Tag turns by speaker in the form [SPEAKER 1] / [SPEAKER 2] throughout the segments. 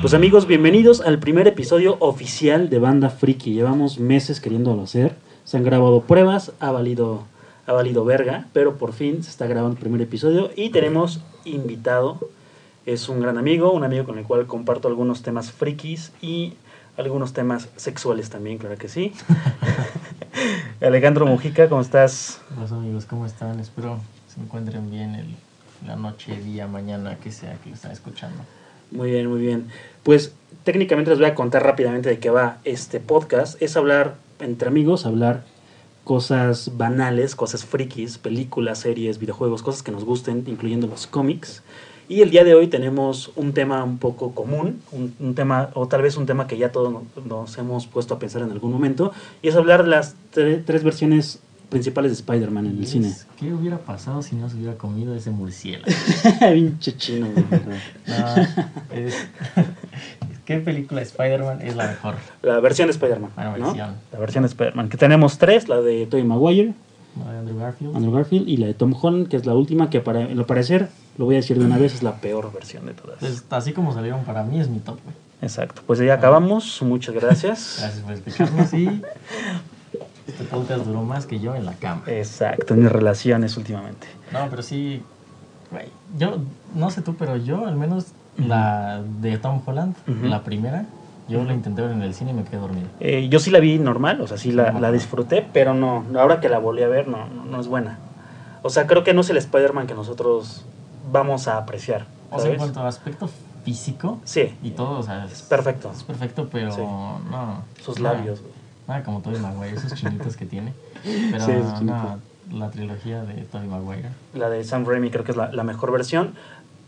[SPEAKER 1] Pues amigos, bienvenidos al primer episodio oficial de Banda Friki. Llevamos meses queriéndolo hacer. Se han grabado pruebas, ha valido, ha valido verga, pero por fin se está grabando el primer episodio y tenemos invitado. Es un gran amigo, un amigo con el cual comparto algunos temas frikis y algunos temas sexuales también, claro que sí. Alejandro Mujica, ¿cómo estás?
[SPEAKER 2] Los amigos, ¿cómo están? Espero se encuentren bien el, la noche, día, mañana, que sea que lo están escuchando.
[SPEAKER 1] Muy bien, muy bien. Pues técnicamente les voy a contar rápidamente de qué va este podcast. Es hablar entre amigos, hablar cosas banales, cosas frikis, películas, series, videojuegos, cosas que nos gusten, incluyendo los cómics. Y el día de hoy tenemos un tema un poco común, un, un tema, o tal vez un tema que ya todos nos, nos hemos puesto a pensar en algún momento, y es hablar de las tre- tres versiones principales de Spider-Man en el cine.
[SPEAKER 2] Dios, ¿Qué hubiera pasado si no se hubiera comido ese murciélago?
[SPEAKER 1] Pinche chino, güey, perdón.
[SPEAKER 2] No, es- ¿Qué película de Spider-Man es la mejor?
[SPEAKER 1] La versión de Spider-Man.
[SPEAKER 2] Bueno,
[SPEAKER 1] ¿no?
[SPEAKER 2] versión.
[SPEAKER 1] La versión de Spider-Man. Que tenemos tres, la de Tobey Maguire,
[SPEAKER 2] ¿No de Andrew Garfield?
[SPEAKER 1] Andrew Garfield y la de Tom Holland, que es la última que para en lo parecer, lo voy a decir de una vez, es la peor versión de todas.
[SPEAKER 2] Pues, así como salieron para mí es mi top. güey.
[SPEAKER 1] Exacto. Pues ya acabamos. Muchas gracias.
[SPEAKER 2] Gracias por escucharnos y este podcast duró más que yo en la cama.
[SPEAKER 1] Exacto, en mis relaciones últimamente.
[SPEAKER 2] No, pero sí, güey, yo no sé tú, pero yo al menos la de Tom Holland,
[SPEAKER 1] Ujú.
[SPEAKER 2] la primera, yo la intenté ver en el cine y me quedé dormido.
[SPEAKER 1] Eh, yo sí la vi normal, o sea, sí la, la disfruté, pero no, no, ahora que la volví a ver, no, no, no es buena. O sea, creo que no es el Spider-Man que nosotros vamos a apreciar.
[SPEAKER 2] O sea, en
[SPEAKER 1] ¿sabes?
[SPEAKER 2] cuanto a aspecto físico
[SPEAKER 1] Sí,
[SPEAKER 2] y todo, o sea,
[SPEAKER 1] es
[SPEAKER 2] es,
[SPEAKER 1] perfecto.
[SPEAKER 2] es perfecto, pero
[SPEAKER 1] Sí.
[SPEAKER 2] no.
[SPEAKER 1] Sus
[SPEAKER 2] nada-
[SPEAKER 1] labios, güey.
[SPEAKER 2] Nada como Tobey Maguire, esos chinitos que tiene. Pero
[SPEAKER 1] Sí, esos
[SPEAKER 2] no, la trilogía de Tobey Maguire.
[SPEAKER 1] La de Sam Raimi creo que es la, la mejor versión,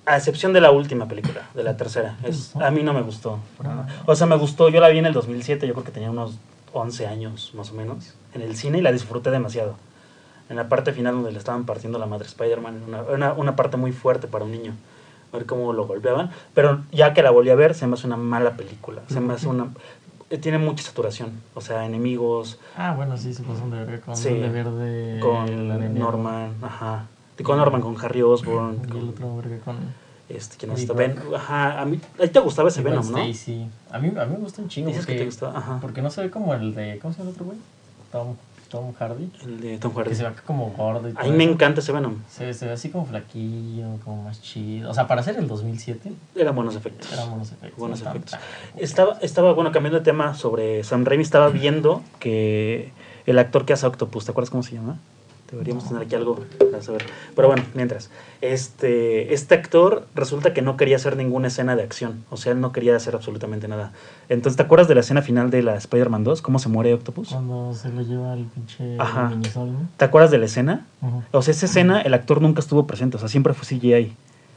[SPEAKER 1] a excepción de la última película, de la tercera. Es, a mí no me gustó. O sea, me gustó, yo la vi en el 2007, yo creo que tenía unos 11 años más o menos, en el cine y la disfruté demasiado. En la parte final donde le estaban partiendo la madre a Spider-Man, una, una, una parte muy fuerte para un niño, ver cómo lo golpeaban. Pero ya que la volví a ver, se me hace una mala película, se me hace una... eh, Tiene mucha saturación, o sea, enemigos,
[SPEAKER 2] Ah, bueno, sí, se pasó de verga con
[SPEAKER 1] Sí,
[SPEAKER 2] el de verde. el
[SPEAKER 1] con
[SPEAKER 2] arenero,
[SPEAKER 1] Norman, ajá. Con Norman, con Harry Osborn,
[SPEAKER 2] Y el
[SPEAKER 1] con-
[SPEAKER 2] otro verga con.
[SPEAKER 1] Este, ¿quién
[SPEAKER 2] Eddie
[SPEAKER 1] está? Ben,
[SPEAKER 2] Brock.
[SPEAKER 1] ajá, a mí, a ti te gustaba ese
[SPEAKER 2] Gwen
[SPEAKER 1] Venom, ¿no?
[SPEAKER 2] Stacy. A mí, a mí me gusta un chingo.
[SPEAKER 1] Dices que
[SPEAKER 2] Porque,
[SPEAKER 1] te gustaba, ajá.
[SPEAKER 2] porque no se ve como el de. ¿Cómo se llama el otro güey? Tom, Tom Hardy.
[SPEAKER 1] El de Tom
[SPEAKER 2] Que
[SPEAKER 1] Hardy.
[SPEAKER 2] se ve como gordo y
[SPEAKER 1] A
[SPEAKER 2] todo
[SPEAKER 1] mí me
[SPEAKER 2] eso.
[SPEAKER 1] encanta ese Venom.
[SPEAKER 2] Se, se ve así como flaquillo, como más chido. O sea, para hacer el 2007
[SPEAKER 1] Eran buenos efectos.
[SPEAKER 2] eran buenos efectos.
[SPEAKER 1] Buenos
[SPEAKER 2] no tan-
[SPEAKER 1] efectos.
[SPEAKER 2] tan-
[SPEAKER 1] Estaba, estaba, bueno, cambiando de tema sobre Sam Raimi, estaba viendo que el actor que hace Octopus, ¿te acuerdas cómo se llama? Deberíamos tener aquí algo para saber. Pero bueno, mientras. Este, este actor resulta que no quería hacer ninguna escena de acción. O sea, él no quería hacer absolutamente nada. Entonces, ¿te acuerdas de la escena final de la Spider-Man 2? ¿Cómo se muere Octopus?
[SPEAKER 2] Cuando se lo lleva el pinche
[SPEAKER 1] Ajá.
[SPEAKER 2] minisol, ¿no?
[SPEAKER 1] ¿Te acuerdas de la escena?
[SPEAKER 2] Ujú.
[SPEAKER 1] O sea, esa escena el actor nunca estuvo presente, o sea, siempre fue CGI.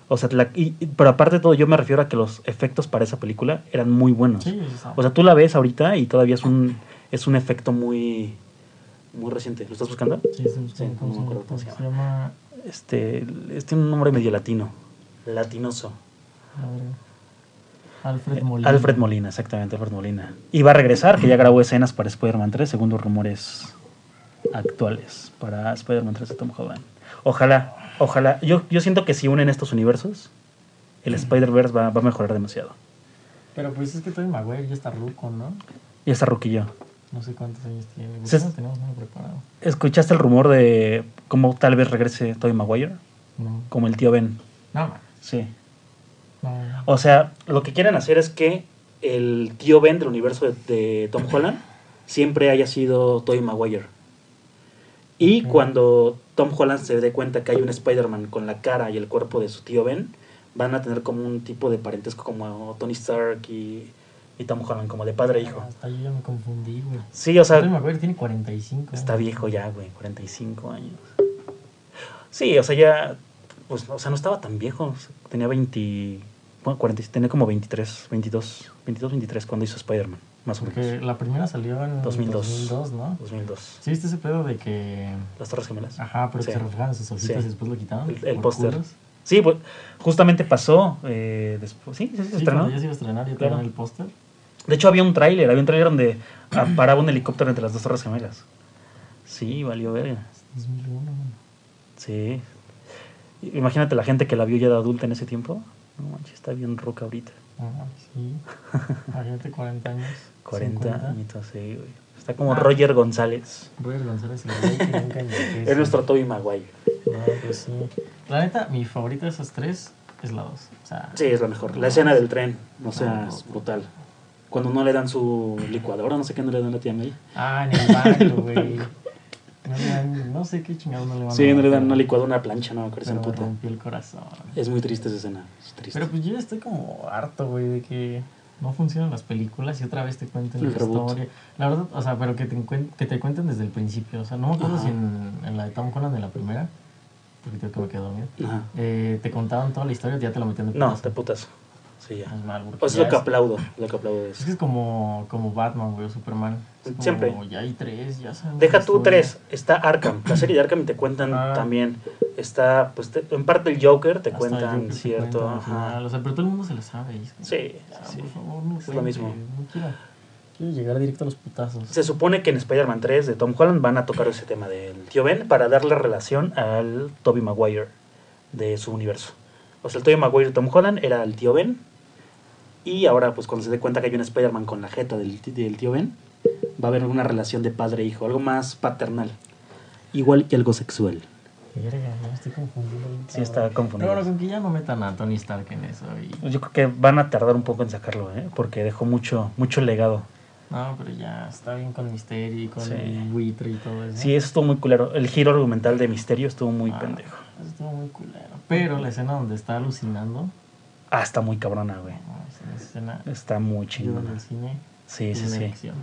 [SPEAKER 1] O sea, la- y- y- pero aparte de todo, yo me refiero a que los efectos para esa película eran muy buenos.
[SPEAKER 2] Sí, está-
[SPEAKER 1] O sea, tú la ves ahorita y todavía es un, es un efecto muy, muy reciente. ¿Lo estás buscando?
[SPEAKER 2] sí, sí, sí,
[SPEAKER 1] no me
[SPEAKER 2] ¿cómo
[SPEAKER 1] acuerdo cómo
[SPEAKER 2] se
[SPEAKER 1] se
[SPEAKER 2] llama? Se llama-
[SPEAKER 1] Este, es- tiene un nombre medio latino, latinoso.
[SPEAKER 2] a ver, Alfred Molina.
[SPEAKER 1] Alfred Molina, exactamente, Alfred Molina. Y va a regresar, que ya grabó escenas para Spider-Man 3, según los rumores actuales para Spider-Man 3 de Tom Holland. Ojalá, ojalá. Yo, yo siento que si unen estos universos, el Spider-Verse va, va a mejorar demasiado.
[SPEAKER 2] Pero pues es que Tobey Maguire ya está ruco, ¿no?
[SPEAKER 1] Y está ruquillo.
[SPEAKER 2] No sé cuántos años tiene. ¿Por
[SPEAKER 1] Se-
[SPEAKER 2] qué no tenemos nada preparado?
[SPEAKER 1] ¿Escuchaste el rumor de cómo tal vez regrese Tobey Maguire?
[SPEAKER 2] No.
[SPEAKER 1] Como el tío Ben.
[SPEAKER 2] No, ma.
[SPEAKER 1] Sí.
[SPEAKER 2] no.
[SPEAKER 1] O sea, lo que quieren hacer es que el tío Ben del universo de, de Tom Holland siempre haya sido Tobey Maguire. Y
[SPEAKER 2] Ok.
[SPEAKER 1] cuando Tom Holland se dé cuenta que hay un Spider-Man con la cara y el cuerpo de su tío Ben, van a tener como un tipo de parentesco como Tony Stark y, y Tom Holland, como de padre e hijo.
[SPEAKER 2] Hasta yo ya me confundí, güey.
[SPEAKER 1] Sí, o
[SPEAKER 2] Tobey
[SPEAKER 1] sea,
[SPEAKER 2] Maguire tiene 45.
[SPEAKER 1] está viejo ya, güey, 45 años. Sí, o sea, ya, pues, o sea, no estaba tan viejo. Tenía 20, bueno, 40, tenía como 23, 22, 22, 23 cuando hizo Spider-Man, más o menos.
[SPEAKER 2] Porque la primera salió en
[SPEAKER 1] 2002.
[SPEAKER 2] 2002, ¿no?
[SPEAKER 1] 2002.
[SPEAKER 2] ¿Sí viste ese pedo de que...
[SPEAKER 1] Las Torres Gemelas.
[SPEAKER 2] Ajá, pero que
[SPEAKER 1] Sí.
[SPEAKER 2] se reflejaban sus ojitos
[SPEAKER 1] Sí.
[SPEAKER 2] y después lo quitaron?
[SPEAKER 1] El- el
[SPEAKER 2] por
[SPEAKER 1] póster.
[SPEAKER 2] culos?
[SPEAKER 1] Sí, pues, justamente pasó eh, después. Sí, sí, se
[SPEAKER 2] Sí,
[SPEAKER 1] estrenó.
[SPEAKER 2] cuando ya se iba a estrenar, ya
[SPEAKER 1] Claro.
[SPEAKER 2] tenían el póster.
[SPEAKER 1] De hecho, había un tráiler, había un tráiler donde ah, paraba un helicóptero entre las dos Torres Gemelas. Sí, valió verga.
[SPEAKER 2] Es 2001, mano.
[SPEAKER 1] Sí. Imagínate la gente que la vio ya de adulta en ese tiempo. No manches, está bien roca ahorita.
[SPEAKER 2] Ajá, Ah, sí. Imagínate 40 años.
[SPEAKER 1] 40
[SPEAKER 2] 50.
[SPEAKER 1] añitos, sí, güey. Está como
[SPEAKER 2] Ah.
[SPEAKER 1] Roger González.
[SPEAKER 2] Roger González, el güey que nunca envejece.
[SPEAKER 1] Es nuestro Toby Maguire.
[SPEAKER 2] Ah, pues sí. La neta, mi favorita de esas tres es la 2. O sea,
[SPEAKER 1] Sí, es la mejor. La escena del tren, no sea, es brutal. Cuando no le dan su licuadora, no sé qué no le dan la tía May.
[SPEAKER 2] Ah, en el barco, güey. No, le dan- no sé qué chingados no le van a
[SPEAKER 1] Sí, no le dan
[SPEAKER 2] dar,
[SPEAKER 1] una licuadora, una plancha, no me acuerdo, se
[SPEAKER 2] Pero me
[SPEAKER 1] emputa.
[SPEAKER 2] rompió el corazón.
[SPEAKER 1] Es muy triste esa escena, es triste.
[SPEAKER 2] Pero pues yo ya estoy como harto, güey, de que no funcionan las películas y otra vez te cuenten
[SPEAKER 1] El
[SPEAKER 2] la
[SPEAKER 1] reboot.
[SPEAKER 2] historia. La verdad, o sea, pero que te, encuen- que te cuenten desde el principio. O sea, no me acuerdo
[SPEAKER 1] Ajá.
[SPEAKER 2] si en, en la de Tom Holland, en la primera, porque creo que me quedé dormido,
[SPEAKER 1] Ajá.
[SPEAKER 2] eh, te contaban toda la historia, ya te la metían de
[SPEAKER 1] No,
[SPEAKER 2] putazo.
[SPEAKER 1] te putas. Sí, ya.
[SPEAKER 2] Es mal, porque
[SPEAKER 1] Pues es
[SPEAKER 2] ya
[SPEAKER 1] lo que aplaudo, lo que aplaudo de
[SPEAKER 2] es
[SPEAKER 1] eso.
[SPEAKER 2] que es como, como Batman, güey, o Superman. Es como,
[SPEAKER 1] Siempre.
[SPEAKER 2] Ya hay tres, ya sabes.
[SPEAKER 1] Deja
[SPEAKER 2] la
[SPEAKER 1] tú
[SPEAKER 2] historia.
[SPEAKER 1] tres, está Arkham, la serie de Arkham te cuentan
[SPEAKER 2] Ah.
[SPEAKER 1] también, está, pues te- en parte el Joker te
[SPEAKER 2] Hasta
[SPEAKER 1] cuentan,
[SPEAKER 2] Joker te
[SPEAKER 1] cierto,
[SPEAKER 2] cuentan al
[SPEAKER 1] ajá.
[SPEAKER 2] final, O sea, pero todo el mundo se lo sabe. y es como,
[SPEAKER 1] Sí,
[SPEAKER 2] ya,
[SPEAKER 1] sí,
[SPEAKER 2] Por
[SPEAKER 1] sí.
[SPEAKER 2] favor, no
[SPEAKER 1] Es lo mismo.
[SPEAKER 2] cuentes, no quiero, quiero llegar directo a los putazos.
[SPEAKER 1] Se supone que en Spider-Man 3 de Tom Holland van a tocar ese tema del tío Ben para darle relación al Toby Maguire de su universo. O sea, el Toby Maguire de Tom Holland era el tío Ben. Y ahora, pues cuando se dé cuenta que hay un Spider-Man con la jeta del, t- del tío Ben, va a haber una relación de padre-hijo, algo más paternal. Igual que algo sexual.
[SPEAKER 2] Verga, no estoy confundido. bien,
[SPEAKER 1] Sí, está
[SPEAKER 2] cabrón.
[SPEAKER 1] confundido.
[SPEAKER 2] No, no, con que ya no metan a Tony Stark en eso. Y...
[SPEAKER 1] Pues Yo creo que van a tardar un poco en sacarlo, ¿eh? porque dejó mucho, mucho legado.
[SPEAKER 2] No, pero ya está bien con Misterio y con
[SPEAKER 1] Sí.
[SPEAKER 2] el buitre y todo eso.
[SPEAKER 1] Sí, eso estuvo muy culero. El giro argumental de Misterio estuvo muy
[SPEAKER 2] Ah,
[SPEAKER 1] pendejo.
[SPEAKER 2] Eso estuvo muy culero. Pero la escena donde está alucinando,
[SPEAKER 1] Ah, está muy cabrona, güey.
[SPEAKER 2] no, esa escena
[SPEAKER 1] Está muy
[SPEAKER 2] yo en
[SPEAKER 1] chingona.
[SPEAKER 2] el cine.
[SPEAKER 1] Sí, sí,
[SPEAKER 2] tuve una
[SPEAKER 1] sí.
[SPEAKER 2] erección.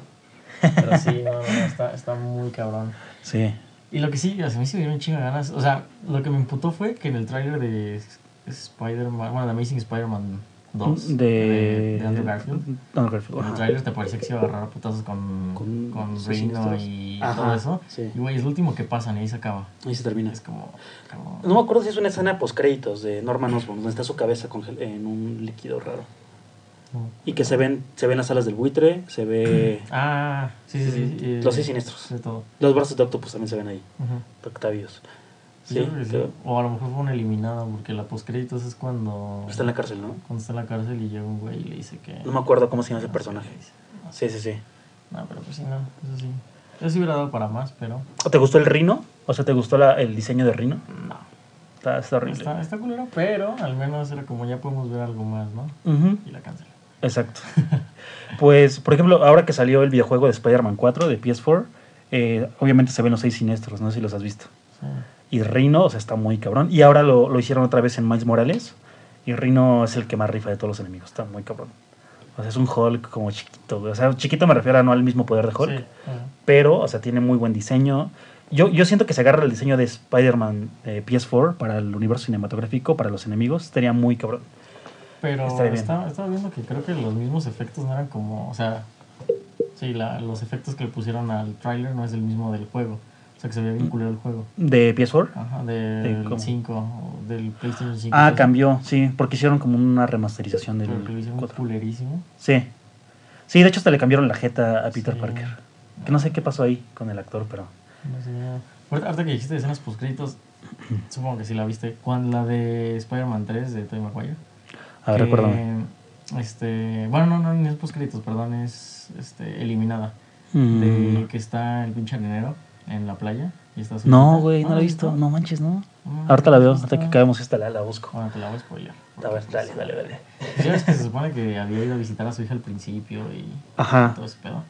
[SPEAKER 2] Pero sí, no, no, no, está, está muy cabrón.
[SPEAKER 1] Sí.
[SPEAKER 2] Y lo que sí, o sea, a mí se me dieron un chingo de ganas. O sea, lo que me imputó fue que en el tráiler de Spider-Man, bueno, de Amazing Spider-Man 2,
[SPEAKER 1] Mm, de,
[SPEAKER 2] de, de Andrew Garfield,
[SPEAKER 1] Andrew Garfield,
[SPEAKER 2] en el
[SPEAKER 1] ajá.
[SPEAKER 2] tráiler te parecía que se iba a agarrar a putazos con,
[SPEAKER 1] Con
[SPEAKER 2] con,
[SPEAKER 1] sus
[SPEAKER 2] Rhino
[SPEAKER 1] siniestros.
[SPEAKER 2] y
[SPEAKER 1] Ajá,
[SPEAKER 2] todo eso.
[SPEAKER 1] sí.
[SPEAKER 2] Y güey, es lo último que pasan y ahí se acaba.
[SPEAKER 1] Ahí se termina.
[SPEAKER 2] Es como. como-
[SPEAKER 1] No me acuerdo si es una escena post créditos de Norman Osborn, donde está su cabeza congel- en un líquido raro.
[SPEAKER 2] no.
[SPEAKER 1] Y que se ven, se ven las alas del buitre, se ve
[SPEAKER 2] Ah, sí, sí, sí. eh,
[SPEAKER 1] Mm, Los seis siniestros.
[SPEAKER 2] De todo.
[SPEAKER 1] los brazos de Octopus también se ven ahí,
[SPEAKER 2] Ujú.
[SPEAKER 1] de Octavius. Sí,
[SPEAKER 2] Yo creo que sí.
[SPEAKER 1] pero
[SPEAKER 2] O a lo mejor fue una eliminada, porque la postcréditos es cuando.
[SPEAKER 1] está en la cárcel, ¿no?
[SPEAKER 2] Cuando está en la cárcel y llega un güey y le dice que. Ah,
[SPEAKER 1] No me acuerdo cómo se llama
[SPEAKER 2] no sé
[SPEAKER 1] ese
[SPEAKER 2] qué
[SPEAKER 1] personaje.
[SPEAKER 2] le dice. No sé.
[SPEAKER 1] Sí, sí, sí.
[SPEAKER 2] No, pero pues sí, no, eso sí. Yo sí hubiera dado para más, pero
[SPEAKER 1] ¿O ¿Te gustó el Rino? O sea, ¿te gustó la- el diseño de Rino?
[SPEAKER 2] no.
[SPEAKER 1] Está, está horrible.
[SPEAKER 2] Está, está culero, pero al menos era como ya podemos ver algo más, ¿no?
[SPEAKER 1] Ujú.
[SPEAKER 2] Y la cancela.
[SPEAKER 1] Exacto. pues, por ejemplo, ahora que salió el videojuego de Spider-Man 4 de PS4, eh, obviamente se ven los seis siniestros, no sé si los has visto.
[SPEAKER 2] Sí.
[SPEAKER 1] Y Rino, o sea, está muy cabrón. Y ahora lo, lo hicieron otra vez en Miles Morales. Y Rino es el que más rifa de todos los enemigos. Está muy cabrón. O sea, es un Hulk como chiquito. güey. O sea, chiquito me refiero a no al mismo poder de Hulk.
[SPEAKER 2] Sí, ajá.
[SPEAKER 1] Pero, o sea, tiene muy buen diseño. Yo, yo siento que se agarra el diseño de Spider-Man eh, PS4 para el universo cinematográfico, para los enemigos. Estaría muy cabrón.
[SPEAKER 2] Pero
[SPEAKER 1] Está bien.
[SPEAKER 2] estaba, estaba viendo que creo que los mismos efectos no eran como. O sea, sí, la, los efectos que le pusieron al tráiler no es el mismo del juego. O sea, que se veía bien culero el juego.
[SPEAKER 1] ¿De PS4?
[SPEAKER 2] Ajá,
[SPEAKER 1] Mm. Sí, ¿cómo?
[SPEAKER 2] del 5, o del PlayStation 5.
[SPEAKER 1] Ah,
[SPEAKER 2] Entonces,
[SPEAKER 1] cambió, sí, porque hicieron como una remasterización del
[SPEAKER 2] Pero que lo hicieron
[SPEAKER 1] 4.
[SPEAKER 2] culerísimo.
[SPEAKER 1] Sí. Sí, de hecho hasta le cambiaron la jeta a Peter
[SPEAKER 2] Sí.
[SPEAKER 1] Parker. Que no sé qué pasó ahí con el actor, pero...
[SPEAKER 2] No sé, ya. Ahorita, ahorita que dijiste escenas postcréditos, supongo que sí la viste. Cuando la de Spider-Man 3 de Tobey Maguire.
[SPEAKER 1] A ver,
[SPEAKER 2] que,
[SPEAKER 1] recuérdame.
[SPEAKER 2] Este, bueno, no, no, no es postcréditos, perdón, es este, eliminada. De
[SPEAKER 1] Mm,
[SPEAKER 2] que está el pinche arenero en la playa. Y está su
[SPEAKER 1] No,
[SPEAKER 2] hijita.
[SPEAKER 1] güey, no
[SPEAKER 2] ¿Ah,
[SPEAKER 1] la he
[SPEAKER 2] has
[SPEAKER 1] visto. No manches, no.
[SPEAKER 2] Mm,
[SPEAKER 1] Ahorita la veo,
[SPEAKER 2] está-
[SPEAKER 1] hasta que acabemos esta la, la busco.
[SPEAKER 2] Bueno, te la voy a spoiler.
[SPEAKER 1] A ver, dale, dale, dale.
[SPEAKER 2] Ya ves que se supone que había ido a visitar a su hija al principio y
[SPEAKER 1] Ajá.
[SPEAKER 2] todo ese pedo.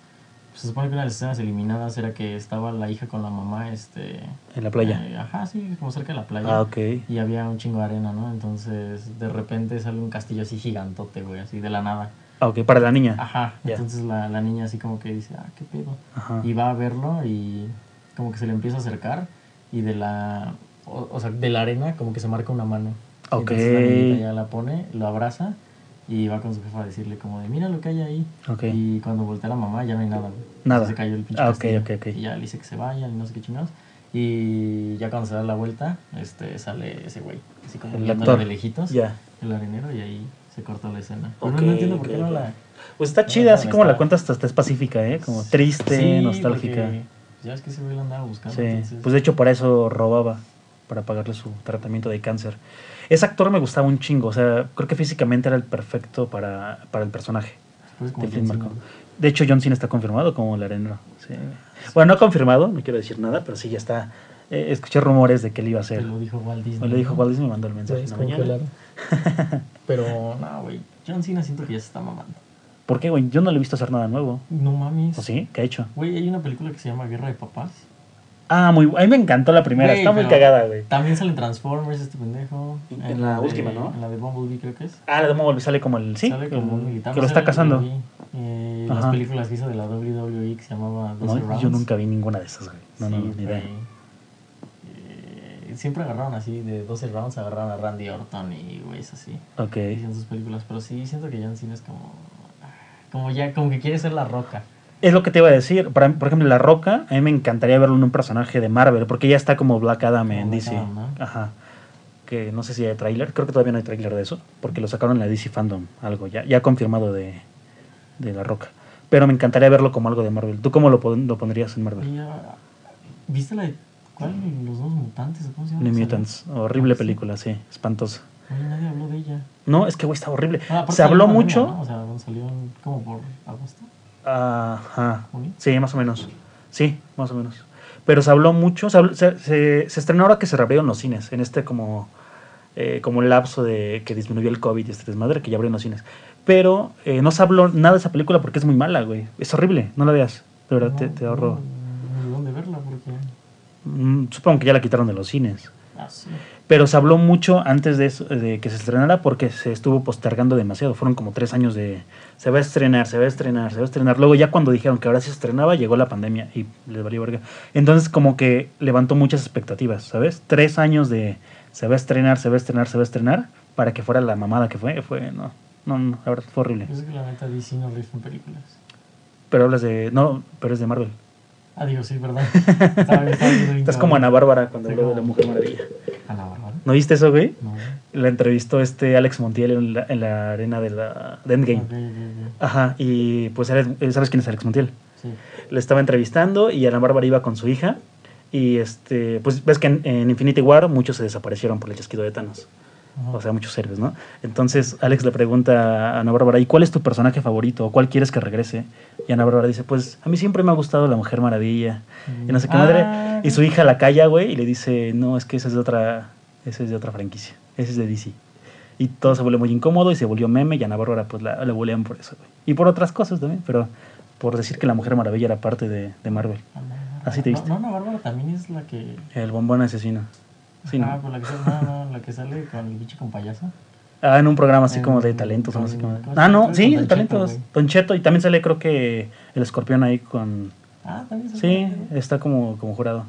[SPEAKER 2] Pues se supone que una de las escenas eliminadas era que estaba la hija con la mamá, este...
[SPEAKER 1] En la playa.
[SPEAKER 2] eh, ajá, sí, como cerca de la playa.
[SPEAKER 1] Ah, ok.
[SPEAKER 2] Y había un chingo de arena, ¿no? Entonces, de repente sale un castillo así gigantote, güey, así de la nada.
[SPEAKER 1] Ah, ok, para la niña.
[SPEAKER 2] Ajá.
[SPEAKER 1] Ya.
[SPEAKER 2] Entonces la, la niña así como que dice, ah, qué pedo.
[SPEAKER 1] Ajá.
[SPEAKER 2] Y va a verlo y como que se le empieza a acercar y de la... O, o sea, de la arena como que se marca una mano. Y
[SPEAKER 1] Ok.
[SPEAKER 2] entonces la niñita ya la pone, lo abraza y va con su jefa a decirle como de, mira lo que hay ahí.
[SPEAKER 1] Ok.
[SPEAKER 2] Y cuando voltea la mamá ya no hay nada. güey.
[SPEAKER 1] Nada.
[SPEAKER 2] Se cayó el pinche
[SPEAKER 1] Ah, ok,
[SPEAKER 2] castillo.
[SPEAKER 1] ok, ok.
[SPEAKER 2] Y ya le dice que se vaya y no sé qué chingados. Y ya cuando se da la vuelta, este, sale ese güey. Así como
[SPEAKER 1] El
[SPEAKER 2] viéndolo
[SPEAKER 1] actor.
[SPEAKER 2] de lejitos.
[SPEAKER 1] Ya.
[SPEAKER 2] El arenero y ahí se cortó la escena.
[SPEAKER 1] Ok,
[SPEAKER 2] Pero no entiendo por
[SPEAKER 1] ok,
[SPEAKER 2] qué no
[SPEAKER 1] ok.
[SPEAKER 2] la...
[SPEAKER 1] Pues está
[SPEAKER 2] No,
[SPEAKER 1] chida,
[SPEAKER 2] no,
[SPEAKER 1] así
[SPEAKER 2] no
[SPEAKER 1] como la
[SPEAKER 2] está.
[SPEAKER 1] cuenta hasta hasta es pacífica, ¿eh? Como triste,
[SPEAKER 2] Sí,
[SPEAKER 1] nostálgica.
[SPEAKER 2] porque Ya es que ese güey la andaba buscando.
[SPEAKER 1] Sí.
[SPEAKER 2] entonces-
[SPEAKER 1] Pues de hecho por eso robaba. para pagarle su tratamiento de cáncer. Ese actor me gustaba un chingo, o sea, creo que físicamente era el perfecto para, para el personaje
[SPEAKER 2] Pues como
[SPEAKER 1] de Flynn
[SPEAKER 2] John
[SPEAKER 1] Marco.
[SPEAKER 2] Cena.
[SPEAKER 1] De hecho, John Cena está confirmado como el arenero. sí. Bueno, no confirmado, no quiero decir nada, pero sí ya está. Eh, escuché rumores de que él iba a
[SPEAKER 2] Te
[SPEAKER 1] ser.
[SPEAKER 2] lo dijo Walt Disney.
[SPEAKER 1] Me lo dijo
[SPEAKER 2] ¿no?
[SPEAKER 1] Walt Disney, me mandó el
[SPEAKER 3] Ya
[SPEAKER 1] mensaje
[SPEAKER 2] Pues,
[SPEAKER 1] en la mañana.
[SPEAKER 3] descongelaron. Pero
[SPEAKER 2] No, güey. John Cena siento que ya se está mamando.
[SPEAKER 1] ¿Por qué, güey? Yo no lo he visto hacer nada nuevo.
[SPEAKER 2] No mames.
[SPEAKER 1] ¿O Oh, sí? ¿Qué ha hecho?
[SPEAKER 2] Güey, hay una película que se llama Guerra de Papás.
[SPEAKER 1] Ah, muy. bu- A mí me encantó la primera,
[SPEAKER 2] Güey,
[SPEAKER 1] está muy
[SPEAKER 2] pero-
[SPEAKER 1] cagada, güey.
[SPEAKER 2] También salen Transformers, este pendejo.
[SPEAKER 1] En la
[SPEAKER 2] de-
[SPEAKER 1] última, ¿no?
[SPEAKER 2] En la de Bumblebee, creo que es.
[SPEAKER 1] Ah, la de Bumblebee sale como el. Sí,
[SPEAKER 2] Sale como un
[SPEAKER 1] el-
[SPEAKER 2] militar.
[SPEAKER 1] que lo está
[SPEAKER 2] Sale
[SPEAKER 1] cazando.
[SPEAKER 2] Bumblebee, eh,
[SPEAKER 1] Ajá.
[SPEAKER 2] las películas que hizo de la WWE que se llamaba 12
[SPEAKER 1] No,
[SPEAKER 2] Rounds.
[SPEAKER 1] yo nunca vi ninguna de esas, güey. No, no,
[SPEAKER 2] Sí,
[SPEAKER 1] ni idea.
[SPEAKER 2] güey. Eh, siempre agarraron así, de 12 rounds agarraron a Randy Orton y güeyes así.
[SPEAKER 1] Ok.
[SPEAKER 2] Hicieron sus películas, pero sí siento que John Cena es como. Como ya, como que quiere ser la roca.
[SPEAKER 1] Es lo que te iba a decir. Para, mí, por ejemplo, La Roca, a mí me encantaría verlo en un personaje de Marvel, porque ya está como Black Adam
[SPEAKER 2] Como
[SPEAKER 1] en
[SPEAKER 2] Black
[SPEAKER 1] DC.
[SPEAKER 2] Adam, ¿no?
[SPEAKER 1] Ajá. Que no sé si hay tráiler. Creo que todavía no hay tráiler de eso, porque lo sacaron en la DC Fandom, algo ya, ya confirmado de, de La Roca. Pero me encantaría verlo como algo de Marvel. ¿Tú cómo lo, pon- lo pondrías en Marvel?
[SPEAKER 2] Oye, ah, ¿Viste la de. ¿Cuál? Los dos mutantes, ¿cómo se llama?
[SPEAKER 1] New
[SPEAKER 2] Salió.
[SPEAKER 1] Mutants. Horrible
[SPEAKER 2] Ah, sí.
[SPEAKER 1] película, sí. Espantosa.
[SPEAKER 2] Oye, nadie habló de ella.
[SPEAKER 1] No, es que, güey, está horrible.
[SPEAKER 2] Ah, aparte
[SPEAKER 1] Se
[SPEAKER 2] salió
[SPEAKER 1] habló
[SPEAKER 2] en pandemia,
[SPEAKER 1] mucho.
[SPEAKER 2] ¿no? O sea, bueno, salió en- como por agosto.
[SPEAKER 1] Ajá.
[SPEAKER 2] ¿Junio?
[SPEAKER 1] Sí, más o menos. Sí, más o menos. Pero se habló mucho, se, habló- se, se- se estrenó ahora que se reabrieron los cines, en este como, eh, como lapso de que disminuyó el COVID y este desmadre, que ya abrieron los cines. Pero eh, no se habló nada de esa película porque es muy mala, güey. Es horrible, no la veas. De verdad,
[SPEAKER 2] No,
[SPEAKER 1] te, te ahorro.
[SPEAKER 2] No, ni dónde verla porque.
[SPEAKER 1] Mm, Supongo que ya la quitaron de los cines.
[SPEAKER 2] Ah, sí.
[SPEAKER 1] Pero se habló mucho antes de, eso- de que se estrenara porque se estuvo postergando demasiado. Fueron como tres años de se va a estrenar, se va a estrenar, se va a estrenar. Luego ya cuando dijeron que ahora se estrenaba, llegó la pandemia y les valió verga. Entonces como que levantó muchas expectativas, ¿sabes? Tres años de se va a estrenar, se va a estrenar, se va a estrenar para que fuera la mamada que fue. Fue, no, no, no, la verdad fue horrible.
[SPEAKER 2] Yo sé que la neta DC no rifa en películas.
[SPEAKER 1] Pero hablas de, no, pero es de Marvel.
[SPEAKER 2] Ah, digo, sí, perdón. Estaba bien, estaba bien,
[SPEAKER 1] Estás
[SPEAKER 2] bien,
[SPEAKER 1] como Ana
[SPEAKER 2] cabrón.
[SPEAKER 1] Bárbara cuando
[SPEAKER 2] Sí,
[SPEAKER 1] habló de la
[SPEAKER 2] como-
[SPEAKER 1] Mujer Maravilla.
[SPEAKER 2] Ana Bárbara.
[SPEAKER 1] ¿No viste eso, güey?
[SPEAKER 2] No.
[SPEAKER 1] La entrevistó este Alex Montiel en la, en la arena de la de Endgame.
[SPEAKER 2] Ok, ok, ok.
[SPEAKER 1] Ajá, y pues Alex- eh, sabes quién es Alex Montiel.
[SPEAKER 2] Sí.
[SPEAKER 1] Le estaba entrevistando y Ana Bárbara iba con su hija. Y este, pues ves que en, en Infinity War muchos se desaparecieron por el chasquido de Thanos.
[SPEAKER 2] Ajá.
[SPEAKER 1] O sea, muchos héroes, ¿no? Entonces Alex le pregunta a Ana Bárbara, ¿y cuál es tu personaje favorito? ¿O cuál quieres que regrese? Y Ana Bárbara dice, pues a mí siempre me ha gustado la Mujer Maravilla. Y no sé qué
[SPEAKER 2] Ah.
[SPEAKER 1] madre. Y su hija la calla, güey, y le dice, no, es que esa es de otra, esa es de otra franquicia. Ese es de DC. Y todo se volvió muy incómodo y se volvió meme y Ana Bárbara pues la, la bulean por eso, güey. Y por otras cosas también, pero por decir que la Mujer Maravilla era parte de, de Marvel.
[SPEAKER 2] Ana Bárbara.
[SPEAKER 1] Así te
[SPEAKER 2] No,
[SPEAKER 1] viste.
[SPEAKER 2] No, Ana Bárbara también es la que.
[SPEAKER 1] El bombón asesino. Sí,
[SPEAKER 2] Ah,
[SPEAKER 1] ¿no?
[SPEAKER 2] pues la que sale, no, no, la que sale con el bicho con payaso.
[SPEAKER 1] Ah, en un programa así como de
[SPEAKER 2] En-
[SPEAKER 1] talentos. no sé qué
[SPEAKER 2] con-
[SPEAKER 1] madre.
[SPEAKER 2] ¿cómo se
[SPEAKER 1] Ah, no,
[SPEAKER 2] llama?
[SPEAKER 1] sí,
[SPEAKER 2] Con
[SPEAKER 1] de
[SPEAKER 2] Don Cheto,
[SPEAKER 1] talentos.
[SPEAKER 2] güey.
[SPEAKER 1] Don Cheto, y también sale creo que el escorpión ahí con...
[SPEAKER 2] Ah, también sale.
[SPEAKER 1] Sí, eh,
[SPEAKER 2] con él.
[SPEAKER 1] está como, como jurado.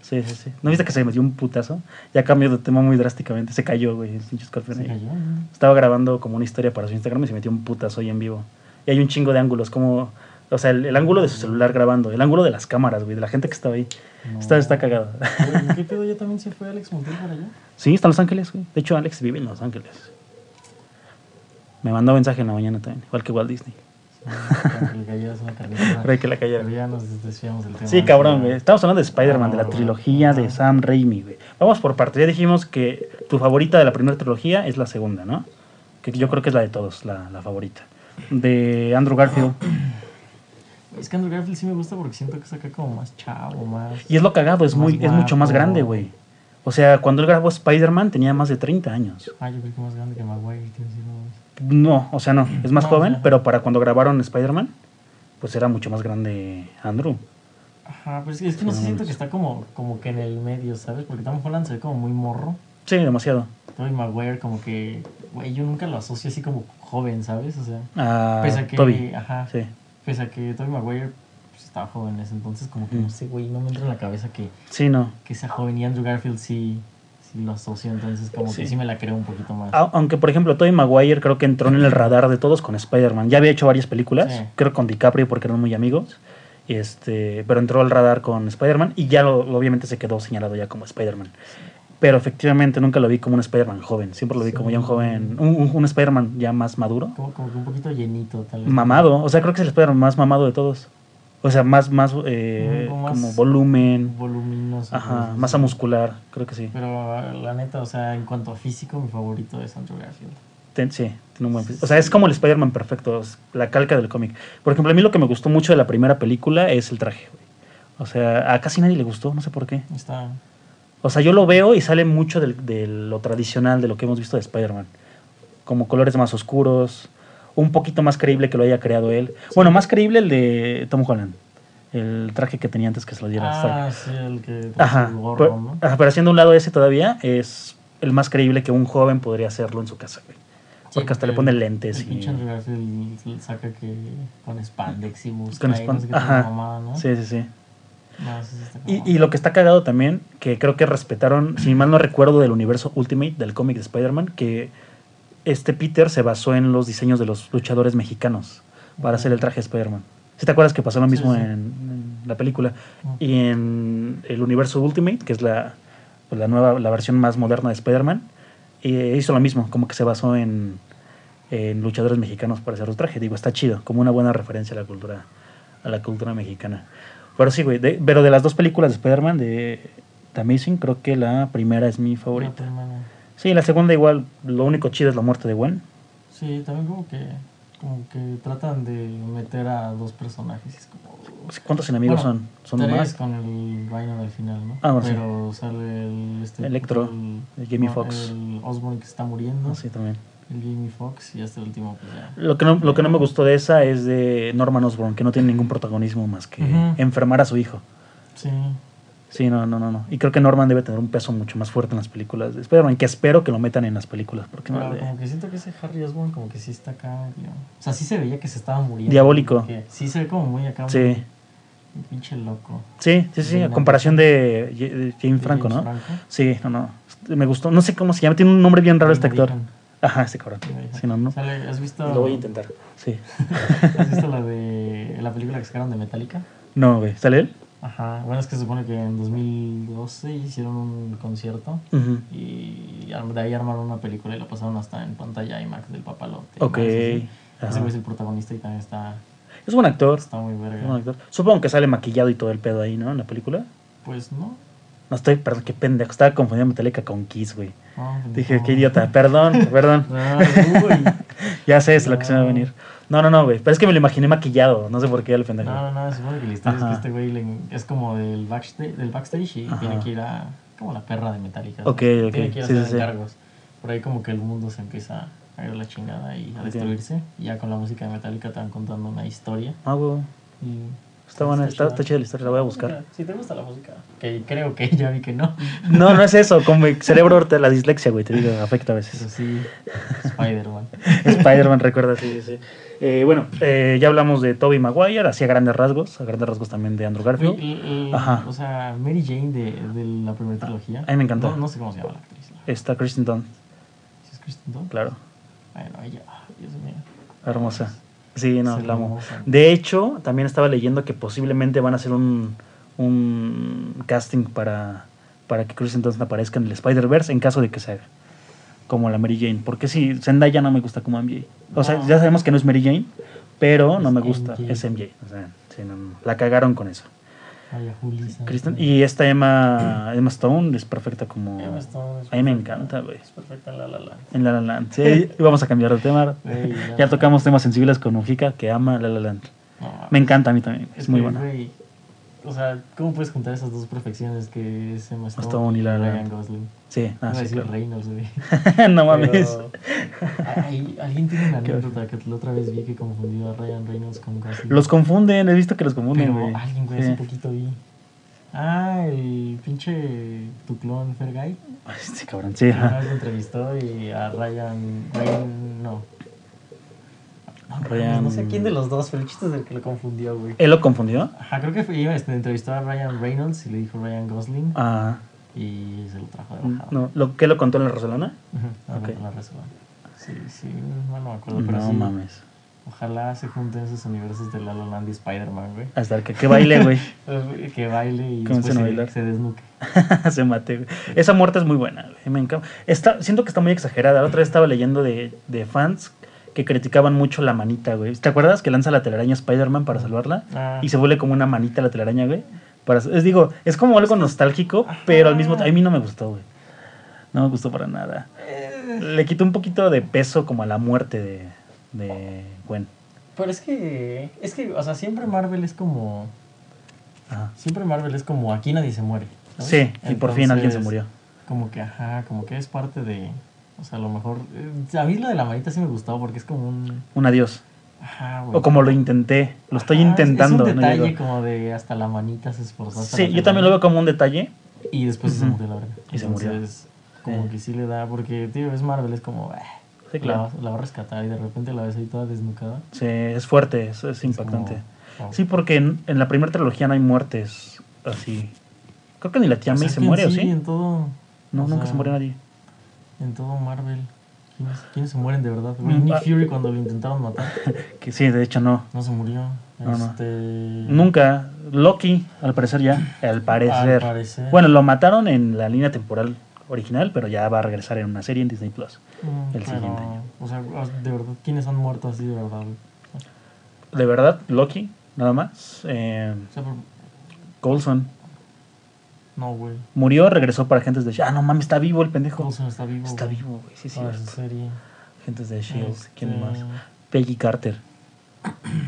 [SPEAKER 1] Sí, sí, sí. ¿No viste que se metió un putazo? Ya cambió de tema muy drásticamente. Se cayó, güey, el pinche escorpión
[SPEAKER 2] Se
[SPEAKER 1] ahí.
[SPEAKER 2] cayó. ¿no?
[SPEAKER 1] Estaba grabando como una historia para su Instagram y se metió un putazo ahí en vivo. Y hay un chingo de ángulos, como... O sea, el, el ángulo de su celular grabando, el ángulo de las cámaras, güey, de la gente que estaba ahí.
[SPEAKER 2] No.
[SPEAKER 1] Está, está cagado.
[SPEAKER 2] Güey, ¿Qué pedo? ¿Ya también se fue Alex Montiel para allá?
[SPEAKER 1] sí, está en Los Ángeles, güey. De hecho, Alex vive en Los Ángeles. Me mandó mensaje en la mañana también, igual que Walt Disney.
[SPEAKER 2] Para que le cayera una carnita.
[SPEAKER 1] Para que la cayera.
[SPEAKER 2] Pero ya nos desviamos del tema.
[SPEAKER 1] Sí, cabrón, güey. Estamos hablando de Spider-Man, de la
[SPEAKER 2] Ah,
[SPEAKER 1] trilogía de
[SPEAKER 2] ah.
[SPEAKER 1] Sam Raimi, güey. Vamos por partes. Ya dijimos que tu favorita de la primera trilogía es la segunda, ¿no? Que yo creo que es la de todos, la, la favorita. De Andrew Garfield.
[SPEAKER 2] Es que Andrew Garfield sí me gusta porque siento que saca como más chavo, más.
[SPEAKER 1] Y es lo cagado, es,
[SPEAKER 2] Más
[SPEAKER 1] muy, es mucho más
[SPEAKER 2] guapo.
[SPEAKER 1] grande, güey. O sea, cuando él grabó Spider-Man tenía más de 30 años.
[SPEAKER 2] Ah, yo creo que más grande que Maguire, tío. Sí, no,
[SPEAKER 1] No, o sea, no, es más
[SPEAKER 2] No,
[SPEAKER 1] joven,
[SPEAKER 2] ajá.
[SPEAKER 1] pero para cuando grabaron Spider-Man, pues era mucho más grande Andrew.
[SPEAKER 2] Ajá, pero es que, es que no sé, siento que está como, como que en el medio, ¿sabes? Porque Tom Holland se ve como muy morro.
[SPEAKER 1] Sí, demasiado.
[SPEAKER 2] Tobey Maguire como que, güey, yo nunca lo asocio así como joven, ¿sabes? O sea,
[SPEAKER 1] Ah,
[SPEAKER 2] pese a que, ah.
[SPEAKER 1] Toby.
[SPEAKER 2] ajá,
[SPEAKER 1] Sí.
[SPEAKER 2] pese a que Tobey Maguire pues, estaba joven en ese entonces, como que
[SPEAKER 1] Ujú.
[SPEAKER 2] no sé, güey, no me entra en la cabeza que,
[SPEAKER 1] Sí, no.
[SPEAKER 2] que sea joven y Andrew Garfield sí, sí lo asocio, entonces como
[SPEAKER 1] Sí. Ah.
[SPEAKER 2] que sí me la creo un poquito más.
[SPEAKER 1] A- Aunque, por ejemplo, Tobey Maguire creo que entró en el radar de todos con Spider-Man. Ya había hecho varias películas,
[SPEAKER 2] Sí.
[SPEAKER 1] creo con DiCaprio porque eran muy amigos. y Este, pero entró al radar con Spider-Man y ya lo- obviamente se quedó señalado ya como Spider-Man. Pero efectivamente nunca lo vi como un Spider-Man joven. Siempre lo vi como ya un joven, un, un- un Spider-Man ya más maduro.
[SPEAKER 2] Como, como que un poquito llenito, tal vez.
[SPEAKER 1] Mamado. O sea, creo que es el Spider-Man más mamado de todos. O sea, más, más, eh,
[SPEAKER 2] Un poco más-
[SPEAKER 1] como volumen,
[SPEAKER 2] Voluminoso.
[SPEAKER 1] ajá,
[SPEAKER 2] pues,
[SPEAKER 1] masa muscular, creo que sí.
[SPEAKER 2] Pero la neta, o sea, en cuanto a físico, mi favorito es Andrew Garfield.
[SPEAKER 1] Ten- sí, tiene un buen físico. O sea, es como el Spider-Man perfecto, es la calca del cómic. Por ejemplo, a mí lo que me gustó mucho de la primera película es el traje, güey. O sea, a casi nadie le gustó, no sé por qué.
[SPEAKER 2] Está.
[SPEAKER 1] O sea, yo lo veo y sale mucho del- de lo tradicional, de lo que hemos visto de Spider-Man. Como colores más oscuros, un poquito más creíble que lo haya creado él. Bueno, más creíble el de Tom Holland, el traje que tenía antes que se lo diera Stark.
[SPEAKER 2] Ah, sí, el que
[SPEAKER 1] Ajá, pues,
[SPEAKER 2] el gorro,
[SPEAKER 1] pero,
[SPEAKER 2] ¿no?
[SPEAKER 1] ajá, pero haciendo un lado ese todavía es el más creíble que un joven podría hacerlo en su casa, güey. porque hasta le pone lentes
[SPEAKER 2] El
[SPEAKER 1] y-
[SPEAKER 2] pinche Andrew Garfield l- saca que con spandex y busca
[SPEAKER 1] Con
[SPEAKER 2] y no sé
[SPEAKER 1] span-
[SPEAKER 2] qué tanta
[SPEAKER 1] ajá,
[SPEAKER 2] mamada, ¿no?
[SPEAKER 1] Sí, sí, sí.
[SPEAKER 2] No, sí, sí está
[SPEAKER 1] Y,
[SPEAKER 2] cabrón.
[SPEAKER 1] y lo que está cagado también, que creo que respetaron, si mal no recuerdo, del universo Ultimate, del cómic de Spider-Man, que este Peter se basó en los diseños de los luchadores mexicanos para hacer el traje de Spider-Man. Si te acuerdas que pasó lo
[SPEAKER 2] Sí,
[SPEAKER 1] mismo
[SPEAKER 2] sí.
[SPEAKER 1] En, en la película?
[SPEAKER 2] Ujú.
[SPEAKER 1] Y en el universo Ultimate, que es la, pues, la nueva, la versión más moderna de Spider-Man, eh, hizo lo mismo, como que se basó en, en luchadores mexicanos para hacer los trajes. Digo, está chido, como una buena referencia a la cultura, a la cultura mexicana. Pero sí, güey, de- pero de las dos películas de Spider-Man, de The Amazing, creo que la primera es mi favorita.
[SPEAKER 2] La primera.
[SPEAKER 1] Sí, la segunda igual, lo único chido es la muerte de Gwen.
[SPEAKER 2] Sí, también como que, como que tratan de meter a dos personajes. y Es como,
[SPEAKER 1] ¿Cuántos enemigos
[SPEAKER 2] Bueno,
[SPEAKER 1] son? Son
[SPEAKER 2] tres
[SPEAKER 1] más.
[SPEAKER 2] con el Rhino al final, ¿no?
[SPEAKER 1] Ah, bueno, sí.
[SPEAKER 2] Pero sale el... Este,
[SPEAKER 1] Electro, el Jamie
[SPEAKER 2] no,
[SPEAKER 1] Foxx. Ah,
[SPEAKER 2] El Osborn que está muriendo.
[SPEAKER 1] Sí, también.
[SPEAKER 2] El Jamie Foxx y hasta el último pues ya.
[SPEAKER 1] Lo que, no, lo que no me gustó de esa es de Norman Osborn, que no tiene ningún protagonismo más que
[SPEAKER 2] Ujú.
[SPEAKER 1] enfermar a su hijo.
[SPEAKER 2] Sí.
[SPEAKER 1] Sí, no, no, no, no. Y creo que Norman debe tener un peso mucho más fuerte en las películas de Spider-Man, que espero que lo metan en las películas, porque no
[SPEAKER 2] Pero
[SPEAKER 1] le-
[SPEAKER 2] como que siento que ese Harry Osborn como que sí está acá. medio- O sea, sí se veía que se estaba muriendo.
[SPEAKER 1] Diabólico.
[SPEAKER 2] que Sí se ve como muy acá.
[SPEAKER 1] Sí,
[SPEAKER 2] Un pinche loco.
[SPEAKER 1] sí, sí, sí,
[SPEAKER 2] Sí,
[SPEAKER 1] a
[SPEAKER 2] no.
[SPEAKER 1] comparación de, Ye- de James Franco, ¿no?
[SPEAKER 2] James Franco.
[SPEAKER 1] Sí, no, no. Me gustó, no sé cómo se llama, tiene un nombre bien raro este
[SPEAKER 2] Me
[SPEAKER 1] actor.
[SPEAKER 2] dijeron,
[SPEAKER 1] Ajá, este cabrón.
[SPEAKER 2] me dijeron.
[SPEAKER 1] Sí, no, no.
[SPEAKER 2] Sale- ¿Has visto,
[SPEAKER 1] Lo voy a intentar. Sí.
[SPEAKER 2] ¿Has visto la, de, la película que sacaron de Metallica?
[SPEAKER 1] No, güey, ¿sale él?
[SPEAKER 2] Ajá. Bueno, es que se supone que en 2012 hicieron un concierto
[SPEAKER 1] Ujú.
[SPEAKER 2] y ar- de ahí armaron una película y la pasaron hasta en pantalla IMAX del papalote. y
[SPEAKER 1] Ok.
[SPEAKER 2] más, así. Ese
[SPEAKER 1] Ajá.
[SPEAKER 2] güey es el protagonista y también está,
[SPEAKER 1] Es buen actor.
[SPEAKER 2] está muy
[SPEAKER 1] es buen
[SPEAKER 2] verga.
[SPEAKER 1] actor. Supongo que sale maquillado y todo el pedo ahí, ¿no? En la película.
[SPEAKER 2] Pues no.
[SPEAKER 1] No estoy, perdón, qué pendejo. Estaba confundiendo Metallica con Kiss, güey.
[SPEAKER 2] no
[SPEAKER 1] Dije,
[SPEAKER 2] no. Ah,
[SPEAKER 1] qué idiota. Perdón, perdón.
[SPEAKER 2] No, uy.
[SPEAKER 1] Ya sé, es lo que se me va a
[SPEAKER 2] No.
[SPEAKER 1] venir. No, no, no, güey. Pero es que me lo imaginé maquillado. No sé por qué el pendejo.
[SPEAKER 2] No, no, se supone que la historia es
[SPEAKER 1] Ajá.
[SPEAKER 2] que este güey le- es como del backstage, del backstage y
[SPEAKER 1] Ajá.
[SPEAKER 2] tiene que ir a. como la perra de Metallica.
[SPEAKER 1] Ok,
[SPEAKER 2] ¿no?
[SPEAKER 1] ok,
[SPEAKER 2] Tiene que ir a
[SPEAKER 1] sí, sí,
[SPEAKER 2] hacer
[SPEAKER 1] sí.
[SPEAKER 2] encargos. Por ahí como que el mundo se empieza a ir a la chingada y a
[SPEAKER 1] Ok.
[SPEAKER 2] destruirse. Y ya con la música de Metallica te van contando una historia.
[SPEAKER 1] Ah, güey.
[SPEAKER 2] Y
[SPEAKER 1] Está buena, está,
[SPEAKER 2] Está chida.
[SPEAKER 1] está chida la historia, la voy a buscar.
[SPEAKER 2] Si te gusta la música. Que creo que ya vi que no.
[SPEAKER 1] No, no es eso. Con mi cerebro, te- la dislexia, güey, te digo, afecta a veces.
[SPEAKER 2] Pero sí, Spider-Man.
[SPEAKER 1] Spider-Man, recuerda, sí, sí, sí. Eh, bueno, eh, ya hablamos de Tobey Maguire, así a grandes rasgos, a grandes rasgos también de Andrew
[SPEAKER 2] Güey,
[SPEAKER 1] Garfield.
[SPEAKER 2] el- el-
[SPEAKER 1] Ajá. Ah,
[SPEAKER 2] O sea, Mary Jane de, de la primera trilogía.
[SPEAKER 1] a mí me encantó. Eh.
[SPEAKER 2] No, no sé cómo se llama la actriz. ¿no?
[SPEAKER 1] Está Kristen Dunn,
[SPEAKER 2] ¿Sí es Kristen Dunst?
[SPEAKER 1] claro,
[SPEAKER 2] Bueno, ella, Dios mío.
[SPEAKER 1] hermosa. Sí, no,
[SPEAKER 2] Es
[SPEAKER 1] la amo.
[SPEAKER 2] hermosa.
[SPEAKER 1] De hecho, también estaba leyendo que posiblemente van a hacer un, un casting para, para que Kristen Dunst aparezca en el Spider-Verse en caso de que se haga. Como la Mary Jane. Porque si Zendaya no me gusta como MJ. O sea,
[SPEAKER 2] No.
[SPEAKER 1] ya sabemos que no es Mary Jane, pero no
[SPEAKER 2] Es
[SPEAKER 1] me gusta.
[SPEAKER 2] MJ.
[SPEAKER 1] Es MJ. O sea, sí, no, no, la cagaron con eso.
[SPEAKER 2] Vaya, Juli. ¿sabes?
[SPEAKER 1] Kristen- y esta Emma, Emma Stone es perfecta como...
[SPEAKER 2] Emma Stone es
[SPEAKER 1] A mí me
[SPEAKER 2] perfecta.
[SPEAKER 1] encanta, güey.
[SPEAKER 2] Es perfecta en La La Land.
[SPEAKER 1] En La La Land. Sí, y vamos a cambiar de tema.
[SPEAKER 2] Güey, La
[SPEAKER 1] Ya
[SPEAKER 2] La
[SPEAKER 1] tocamos temas sensibles con Mujica, que ama La La Land.
[SPEAKER 2] No, mames.
[SPEAKER 1] Me encanta a mí también. Es muy
[SPEAKER 2] que,
[SPEAKER 1] buena.
[SPEAKER 2] güey, O sea, ¿cómo puedes juntar esas dos perfecciones que es Emma Stone,
[SPEAKER 1] Stone y La La
[SPEAKER 2] Ryan
[SPEAKER 1] Land.
[SPEAKER 2] Gosling?
[SPEAKER 1] Sí,
[SPEAKER 2] Iba
[SPEAKER 1] ah,
[SPEAKER 2] a
[SPEAKER 1] sí,
[SPEAKER 2] decir
[SPEAKER 1] claro.
[SPEAKER 2] Reynolds, güey.
[SPEAKER 1] no mames.
[SPEAKER 2] Pero- Ay, alguien tiene una anécdota que la otra vez vi que confundió a Ryan Reynolds con Gosling.
[SPEAKER 1] Los confunden, he visto que los confunden,
[SPEAKER 2] Pero
[SPEAKER 1] güey.
[SPEAKER 2] alguien, güey,
[SPEAKER 1] Sí.
[SPEAKER 2] hace poquito vi. Ah, el pinche tuclón Fergay.
[SPEAKER 1] Ay, Este cabrón, sí.
[SPEAKER 2] Una
[SPEAKER 1] ajá.
[SPEAKER 2] vez lo entrevistó y a Ryan. Ryan no. No,
[SPEAKER 1] Ryan-
[SPEAKER 2] no sé quién de los dos, pero el chiste es el que lo confundió, güey.
[SPEAKER 1] ¿Él lo confundió?
[SPEAKER 2] Ajá, creo que fue, iba, este, entrevistó a Ryan Reynolds y le dijo Ryan Gosling
[SPEAKER 1] Ah,
[SPEAKER 2] y se lo trajo de bajada.
[SPEAKER 1] Mm, no. ¿Lo, ¿Qué lo contó en la Rosalana?
[SPEAKER 2] Ujú, no
[SPEAKER 1] Ok.
[SPEAKER 2] me la reserva. Sí, sí, no, no me acuerdo, pero
[SPEAKER 1] No
[SPEAKER 2] sí.
[SPEAKER 1] mames.
[SPEAKER 2] Ojalá se junten esos universos de La La Land y Spider-Man, güey.
[SPEAKER 1] Hasta que, que baile, güey.
[SPEAKER 2] Eh, Que baile y
[SPEAKER 1] Comiencen a
[SPEAKER 2] después se,
[SPEAKER 1] bailar.
[SPEAKER 2] se desnuque.
[SPEAKER 1] se mate, güey. Esa muerte es muy buena, güey. Me encanta. Está, siento que está muy exagerada. La otra vez estaba leyendo de, de fans que criticaban mucho la manita, güey. ¿Te acuerdas que lanza la telaraña Spider-Man para salvarla?
[SPEAKER 2] Ah.
[SPEAKER 1] Y se vuelve como una manita la telaraña, güey. Para, es digo, es como algo nostálgico, pero al mismo tiempo, a mí no me gustó, güey. No me gustó para nada. Le quitó un poquito de peso como a la muerte de, de Gwen.
[SPEAKER 2] Pero es que, es que, o sea, siempre Marvel es como,
[SPEAKER 1] Ajá.
[SPEAKER 2] siempre Marvel es como, aquí nadie se muere. ¿sabes?
[SPEAKER 1] Sí, y por fin alguien se
[SPEAKER 2] Entonces,
[SPEAKER 1] murió.
[SPEAKER 2] Como que, ajá, como que es parte de, o sea, a lo mejor, eh, a mí lo de la manita sí me gustó porque es como un,
[SPEAKER 1] Un adiós.
[SPEAKER 2] ajá, güey.
[SPEAKER 1] O como lo intenté. Lo estoy
[SPEAKER 2] Ajá, Ah, es-
[SPEAKER 1] intentando.
[SPEAKER 2] Es un
[SPEAKER 1] no
[SPEAKER 2] detalle
[SPEAKER 1] llegó.
[SPEAKER 2] como de hasta la manita se esforzó. hasta
[SPEAKER 1] sí,
[SPEAKER 2] la
[SPEAKER 1] yo también lo veo como un detalle.
[SPEAKER 2] Y después se
[SPEAKER 1] Ujú.
[SPEAKER 2] murió, la verdad.
[SPEAKER 1] Y se murió.
[SPEAKER 2] Entonces, como
[SPEAKER 1] Sí.
[SPEAKER 2] que sí le da, porque, tío, es Marvel, es como, eh,
[SPEAKER 1] Sí, claro.
[SPEAKER 2] la, la va a rescatar y de repente la ves ahí toda desnucada.
[SPEAKER 1] Sí, es fuerte, es, es
[SPEAKER 2] Es como,
[SPEAKER 1] impactante.
[SPEAKER 2] wow.
[SPEAKER 1] Sí, porque en, en la primera trilogía no hay muertes así. Creo que ni la tía
[SPEAKER 2] O sea,
[SPEAKER 1] May
[SPEAKER 2] Pues es
[SPEAKER 1] se
[SPEAKER 2] que en
[SPEAKER 1] muere, ¿o sí?
[SPEAKER 2] En todo.
[SPEAKER 1] No,
[SPEAKER 2] o
[SPEAKER 1] nunca
[SPEAKER 2] sea,
[SPEAKER 1] se muere nadie.
[SPEAKER 2] En todo Marvel. ¿Quiénes, quiénes se mueren de verdad? Güey,
[SPEAKER 1] Mm,
[SPEAKER 2] Nick
[SPEAKER 1] ah.
[SPEAKER 2] Fury cuando lo intentaron matar.
[SPEAKER 1] Que sí, de hecho no.
[SPEAKER 2] No se murió.
[SPEAKER 1] No, no.
[SPEAKER 2] Este.
[SPEAKER 1] Nunca. Loki, al parecer ya. Al parecer.
[SPEAKER 2] parecer.
[SPEAKER 1] Bueno, lo mataron en la línea temporal original, pero ya va a regresar en una serie en Disney Plus.
[SPEAKER 2] Mm,
[SPEAKER 1] el siguiente año.
[SPEAKER 2] O sea, ah, de verdad, ¿quiénes han muerto así de verdad? güey?
[SPEAKER 1] De verdad, Loki, nada más. Eh,
[SPEAKER 2] O sea, pero-
[SPEAKER 1] Coulson
[SPEAKER 2] no, güey.
[SPEAKER 1] murió, regresó para Agentes de Shield. Ah, no mames, está vivo el pendejo.
[SPEAKER 2] Coulson está vivo.
[SPEAKER 1] Está
[SPEAKER 2] güey.
[SPEAKER 1] vivo, güey, sí, sí.
[SPEAKER 2] Ah, en serie.
[SPEAKER 1] Agentes de Shield,
[SPEAKER 2] Este,
[SPEAKER 1] ¿quién más? Peggy Carter.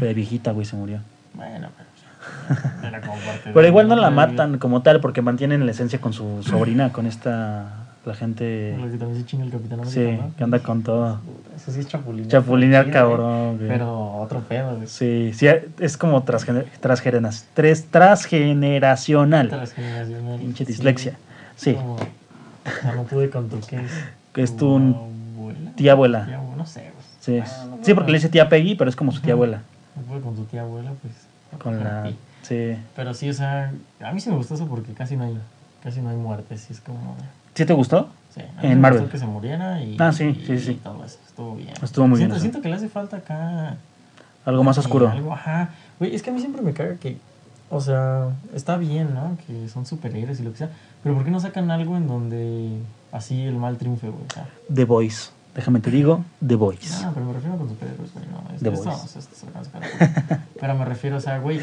[SPEAKER 1] Pero de viejita, güey, se murió.
[SPEAKER 2] Bueno, pero. Era como parte
[SPEAKER 1] Pero
[SPEAKER 2] de-
[SPEAKER 1] igual no la
[SPEAKER 2] de-
[SPEAKER 1] matan como tal, porque mantienen la esencia con su sobrina, con esta. La
[SPEAKER 2] Lo
[SPEAKER 1] gente.
[SPEAKER 2] que también se chinga el Capitán
[SPEAKER 1] Sí,
[SPEAKER 2] América, ¿no?
[SPEAKER 1] que anda con todo.
[SPEAKER 2] Eso sí es chapulinear.
[SPEAKER 1] Chapulinear,
[SPEAKER 2] Sí, güey.
[SPEAKER 1] cabrón, güey.
[SPEAKER 2] Pero otro pedo, güey.
[SPEAKER 1] Sí, sí, es como transgener- transgerenas- tres- transgeneracional.
[SPEAKER 2] Transgeneracional.
[SPEAKER 1] Pinche
[SPEAKER 2] Sí.
[SPEAKER 1] dislexia. Sí,
[SPEAKER 2] Como, ya no pude con tu que es.
[SPEAKER 1] que es tu un-
[SPEAKER 2] abuela.
[SPEAKER 1] tía abuela.
[SPEAKER 2] Tía abuela, no sé. Pues.
[SPEAKER 1] Sí,
[SPEAKER 2] Ah, no,
[SPEAKER 1] sí
[SPEAKER 2] no,
[SPEAKER 1] porque le dice tía Peggy, pero es como su tía abuela.
[SPEAKER 2] No pude con tu tía abuela, pues.
[SPEAKER 1] Con la.
[SPEAKER 2] Sí.
[SPEAKER 1] Sí.
[SPEAKER 2] Pero sí, o sea, a mí sí me gustó eso porque casi no hay, casi no hay muertes. Sí, es como.
[SPEAKER 1] ¿Sí te gustó?
[SPEAKER 2] Sí, a mí
[SPEAKER 1] En
[SPEAKER 2] sí me
[SPEAKER 1] Marvel.
[SPEAKER 2] gustó que se muriera y.
[SPEAKER 1] Ah, sí,
[SPEAKER 2] y-
[SPEAKER 1] sí, sí.
[SPEAKER 2] y todo eso. Estuvo bien.
[SPEAKER 1] Estuvo muy bien
[SPEAKER 2] Siento,
[SPEAKER 1] eso.
[SPEAKER 2] siento que le hace falta acá.
[SPEAKER 1] Algo más
[SPEAKER 2] eh,
[SPEAKER 1] oscuro.
[SPEAKER 2] algo, ajá. Güey, es que a mí siempre me caga que. O sea, está bien, ¿no? Que son superhéroes y lo que sea. Pero ¿por qué no sacan algo en donde así el mal triunfe, güey? O sea,
[SPEAKER 1] The Voice. Déjame te digo, The Voice.
[SPEAKER 2] No, pero me refiero con superhéroes, güey. No, es,
[SPEAKER 1] The
[SPEAKER 2] esto,
[SPEAKER 1] Boys.
[SPEAKER 2] o sea, esto es una superhéroe. Pero me refiero, o sea, güey.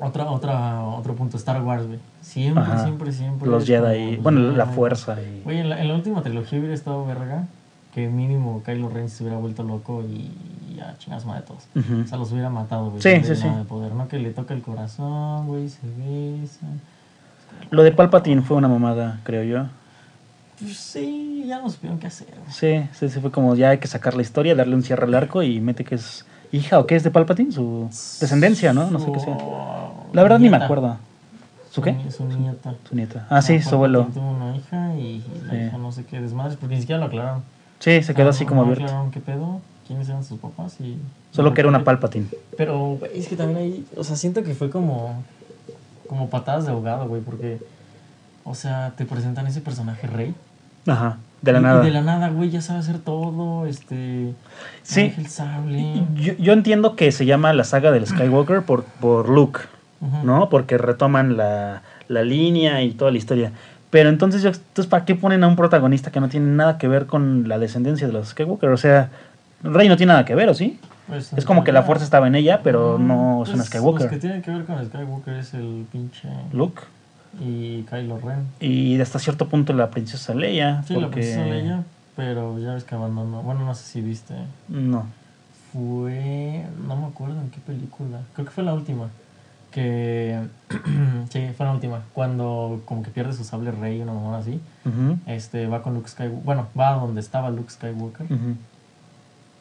[SPEAKER 2] Otra, otra, otro punto, Star Wars, güey. Siempre,
[SPEAKER 1] Ajá.
[SPEAKER 2] siempre, siempre.
[SPEAKER 1] Los
[SPEAKER 2] es pues, como
[SPEAKER 1] Jedi.
[SPEAKER 2] los
[SPEAKER 1] Bueno, la
[SPEAKER 2] Jedi.
[SPEAKER 1] fuerza. y-
[SPEAKER 2] Güey, en la, en la última trilogía hubiera estado verga que mínimo Kylo Ren se hubiera vuelto loco y ya chingas madre de todos.
[SPEAKER 1] Ujú.
[SPEAKER 2] O sea, los hubiera matado, güey.
[SPEAKER 1] Sí,
[SPEAKER 2] sin
[SPEAKER 1] sí,
[SPEAKER 2] tener
[SPEAKER 1] sí.
[SPEAKER 2] nada De poder, ¿no? Que le toca el corazón, güey, se besan.
[SPEAKER 1] Lo de Palpatine fue una mamada, creo yo.
[SPEAKER 2] Pues sí, ya no supieron qué hacer, güey.
[SPEAKER 1] Sí, sí, sí, fue como ya hay que sacar la historia, darle un cierre al arco y mete que es hija o qué es de Palpatine, su descendencia, ¿no? No sé qué sea.
[SPEAKER 2] Su-
[SPEAKER 1] La verdad ni me
[SPEAKER 2] nieta. Mm.
[SPEAKER 1] acuerdo. ¿Su qué?
[SPEAKER 2] ni- Su nieta.
[SPEAKER 1] Su nieta. Ah, sí,
[SPEAKER 2] Ah,
[SPEAKER 1] su
[SPEAKER 2] Palpatine
[SPEAKER 1] abuelo.
[SPEAKER 2] Tuvo una hija y la
[SPEAKER 1] Sí.
[SPEAKER 2] hija no sé qué desmadres, porque ni siquiera lo aclararon. Ah,
[SPEAKER 1] Sí, se quedó así como
[SPEAKER 2] No
[SPEAKER 1] abierto.
[SPEAKER 2] aclararon qué pedo, quiénes eran sus papás y...
[SPEAKER 1] Solo que era una Palpatine.
[SPEAKER 2] Pero, güey, es que también ahí, o sea, siento que fue como, como patadas de ahogado, güey, porque, o sea, te presentan ese personaje rey.
[SPEAKER 1] Ajá, de la
[SPEAKER 2] y- y
[SPEAKER 1] nada.
[SPEAKER 2] de la nada, güey, ya sabe hacer todo, este...
[SPEAKER 1] Sí.
[SPEAKER 2] maneja el sable.
[SPEAKER 1] Yo, yo entiendo que se llama la saga del Skywalker por, por Luke,
[SPEAKER 2] Ujú.
[SPEAKER 1] ¿no? Porque retoman la, la línea y toda la historia. Pero entonces, yo- entonces, ¿para qué ponen a un protagonista que no tiene nada que ver con la descendencia de los Skywalker? O sea, Rey no tiene nada que ver, ¿o sí?
[SPEAKER 2] Pues,
[SPEAKER 1] Es como que la fuerza estaba en ella, pero no es
[SPEAKER 2] pues,
[SPEAKER 1] una
[SPEAKER 2] Los que
[SPEAKER 1] Skywalker.
[SPEAKER 2] tienen que ver con Skywalker es el pinche...
[SPEAKER 1] Luke.
[SPEAKER 2] Y Kylo Ren.
[SPEAKER 1] Y hasta cierto punto la princesa Leia.
[SPEAKER 2] Sí, la
[SPEAKER 1] porque...
[SPEAKER 2] princesa Leia, pero ya ves que abandonó. Bueno, no sé si viste.
[SPEAKER 1] No.
[SPEAKER 2] Fue. No me acuerdo en qué película. Creo que fue la última. Que. sí, fue la última. Cuando como que pierde su sable rey, una mamada así.
[SPEAKER 1] Ujú,
[SPEAKER 2] Este, va con Luke Skywalker. Bueno, va a donde estaba Luke Skywalker.
[SPEAKER 1] ujú.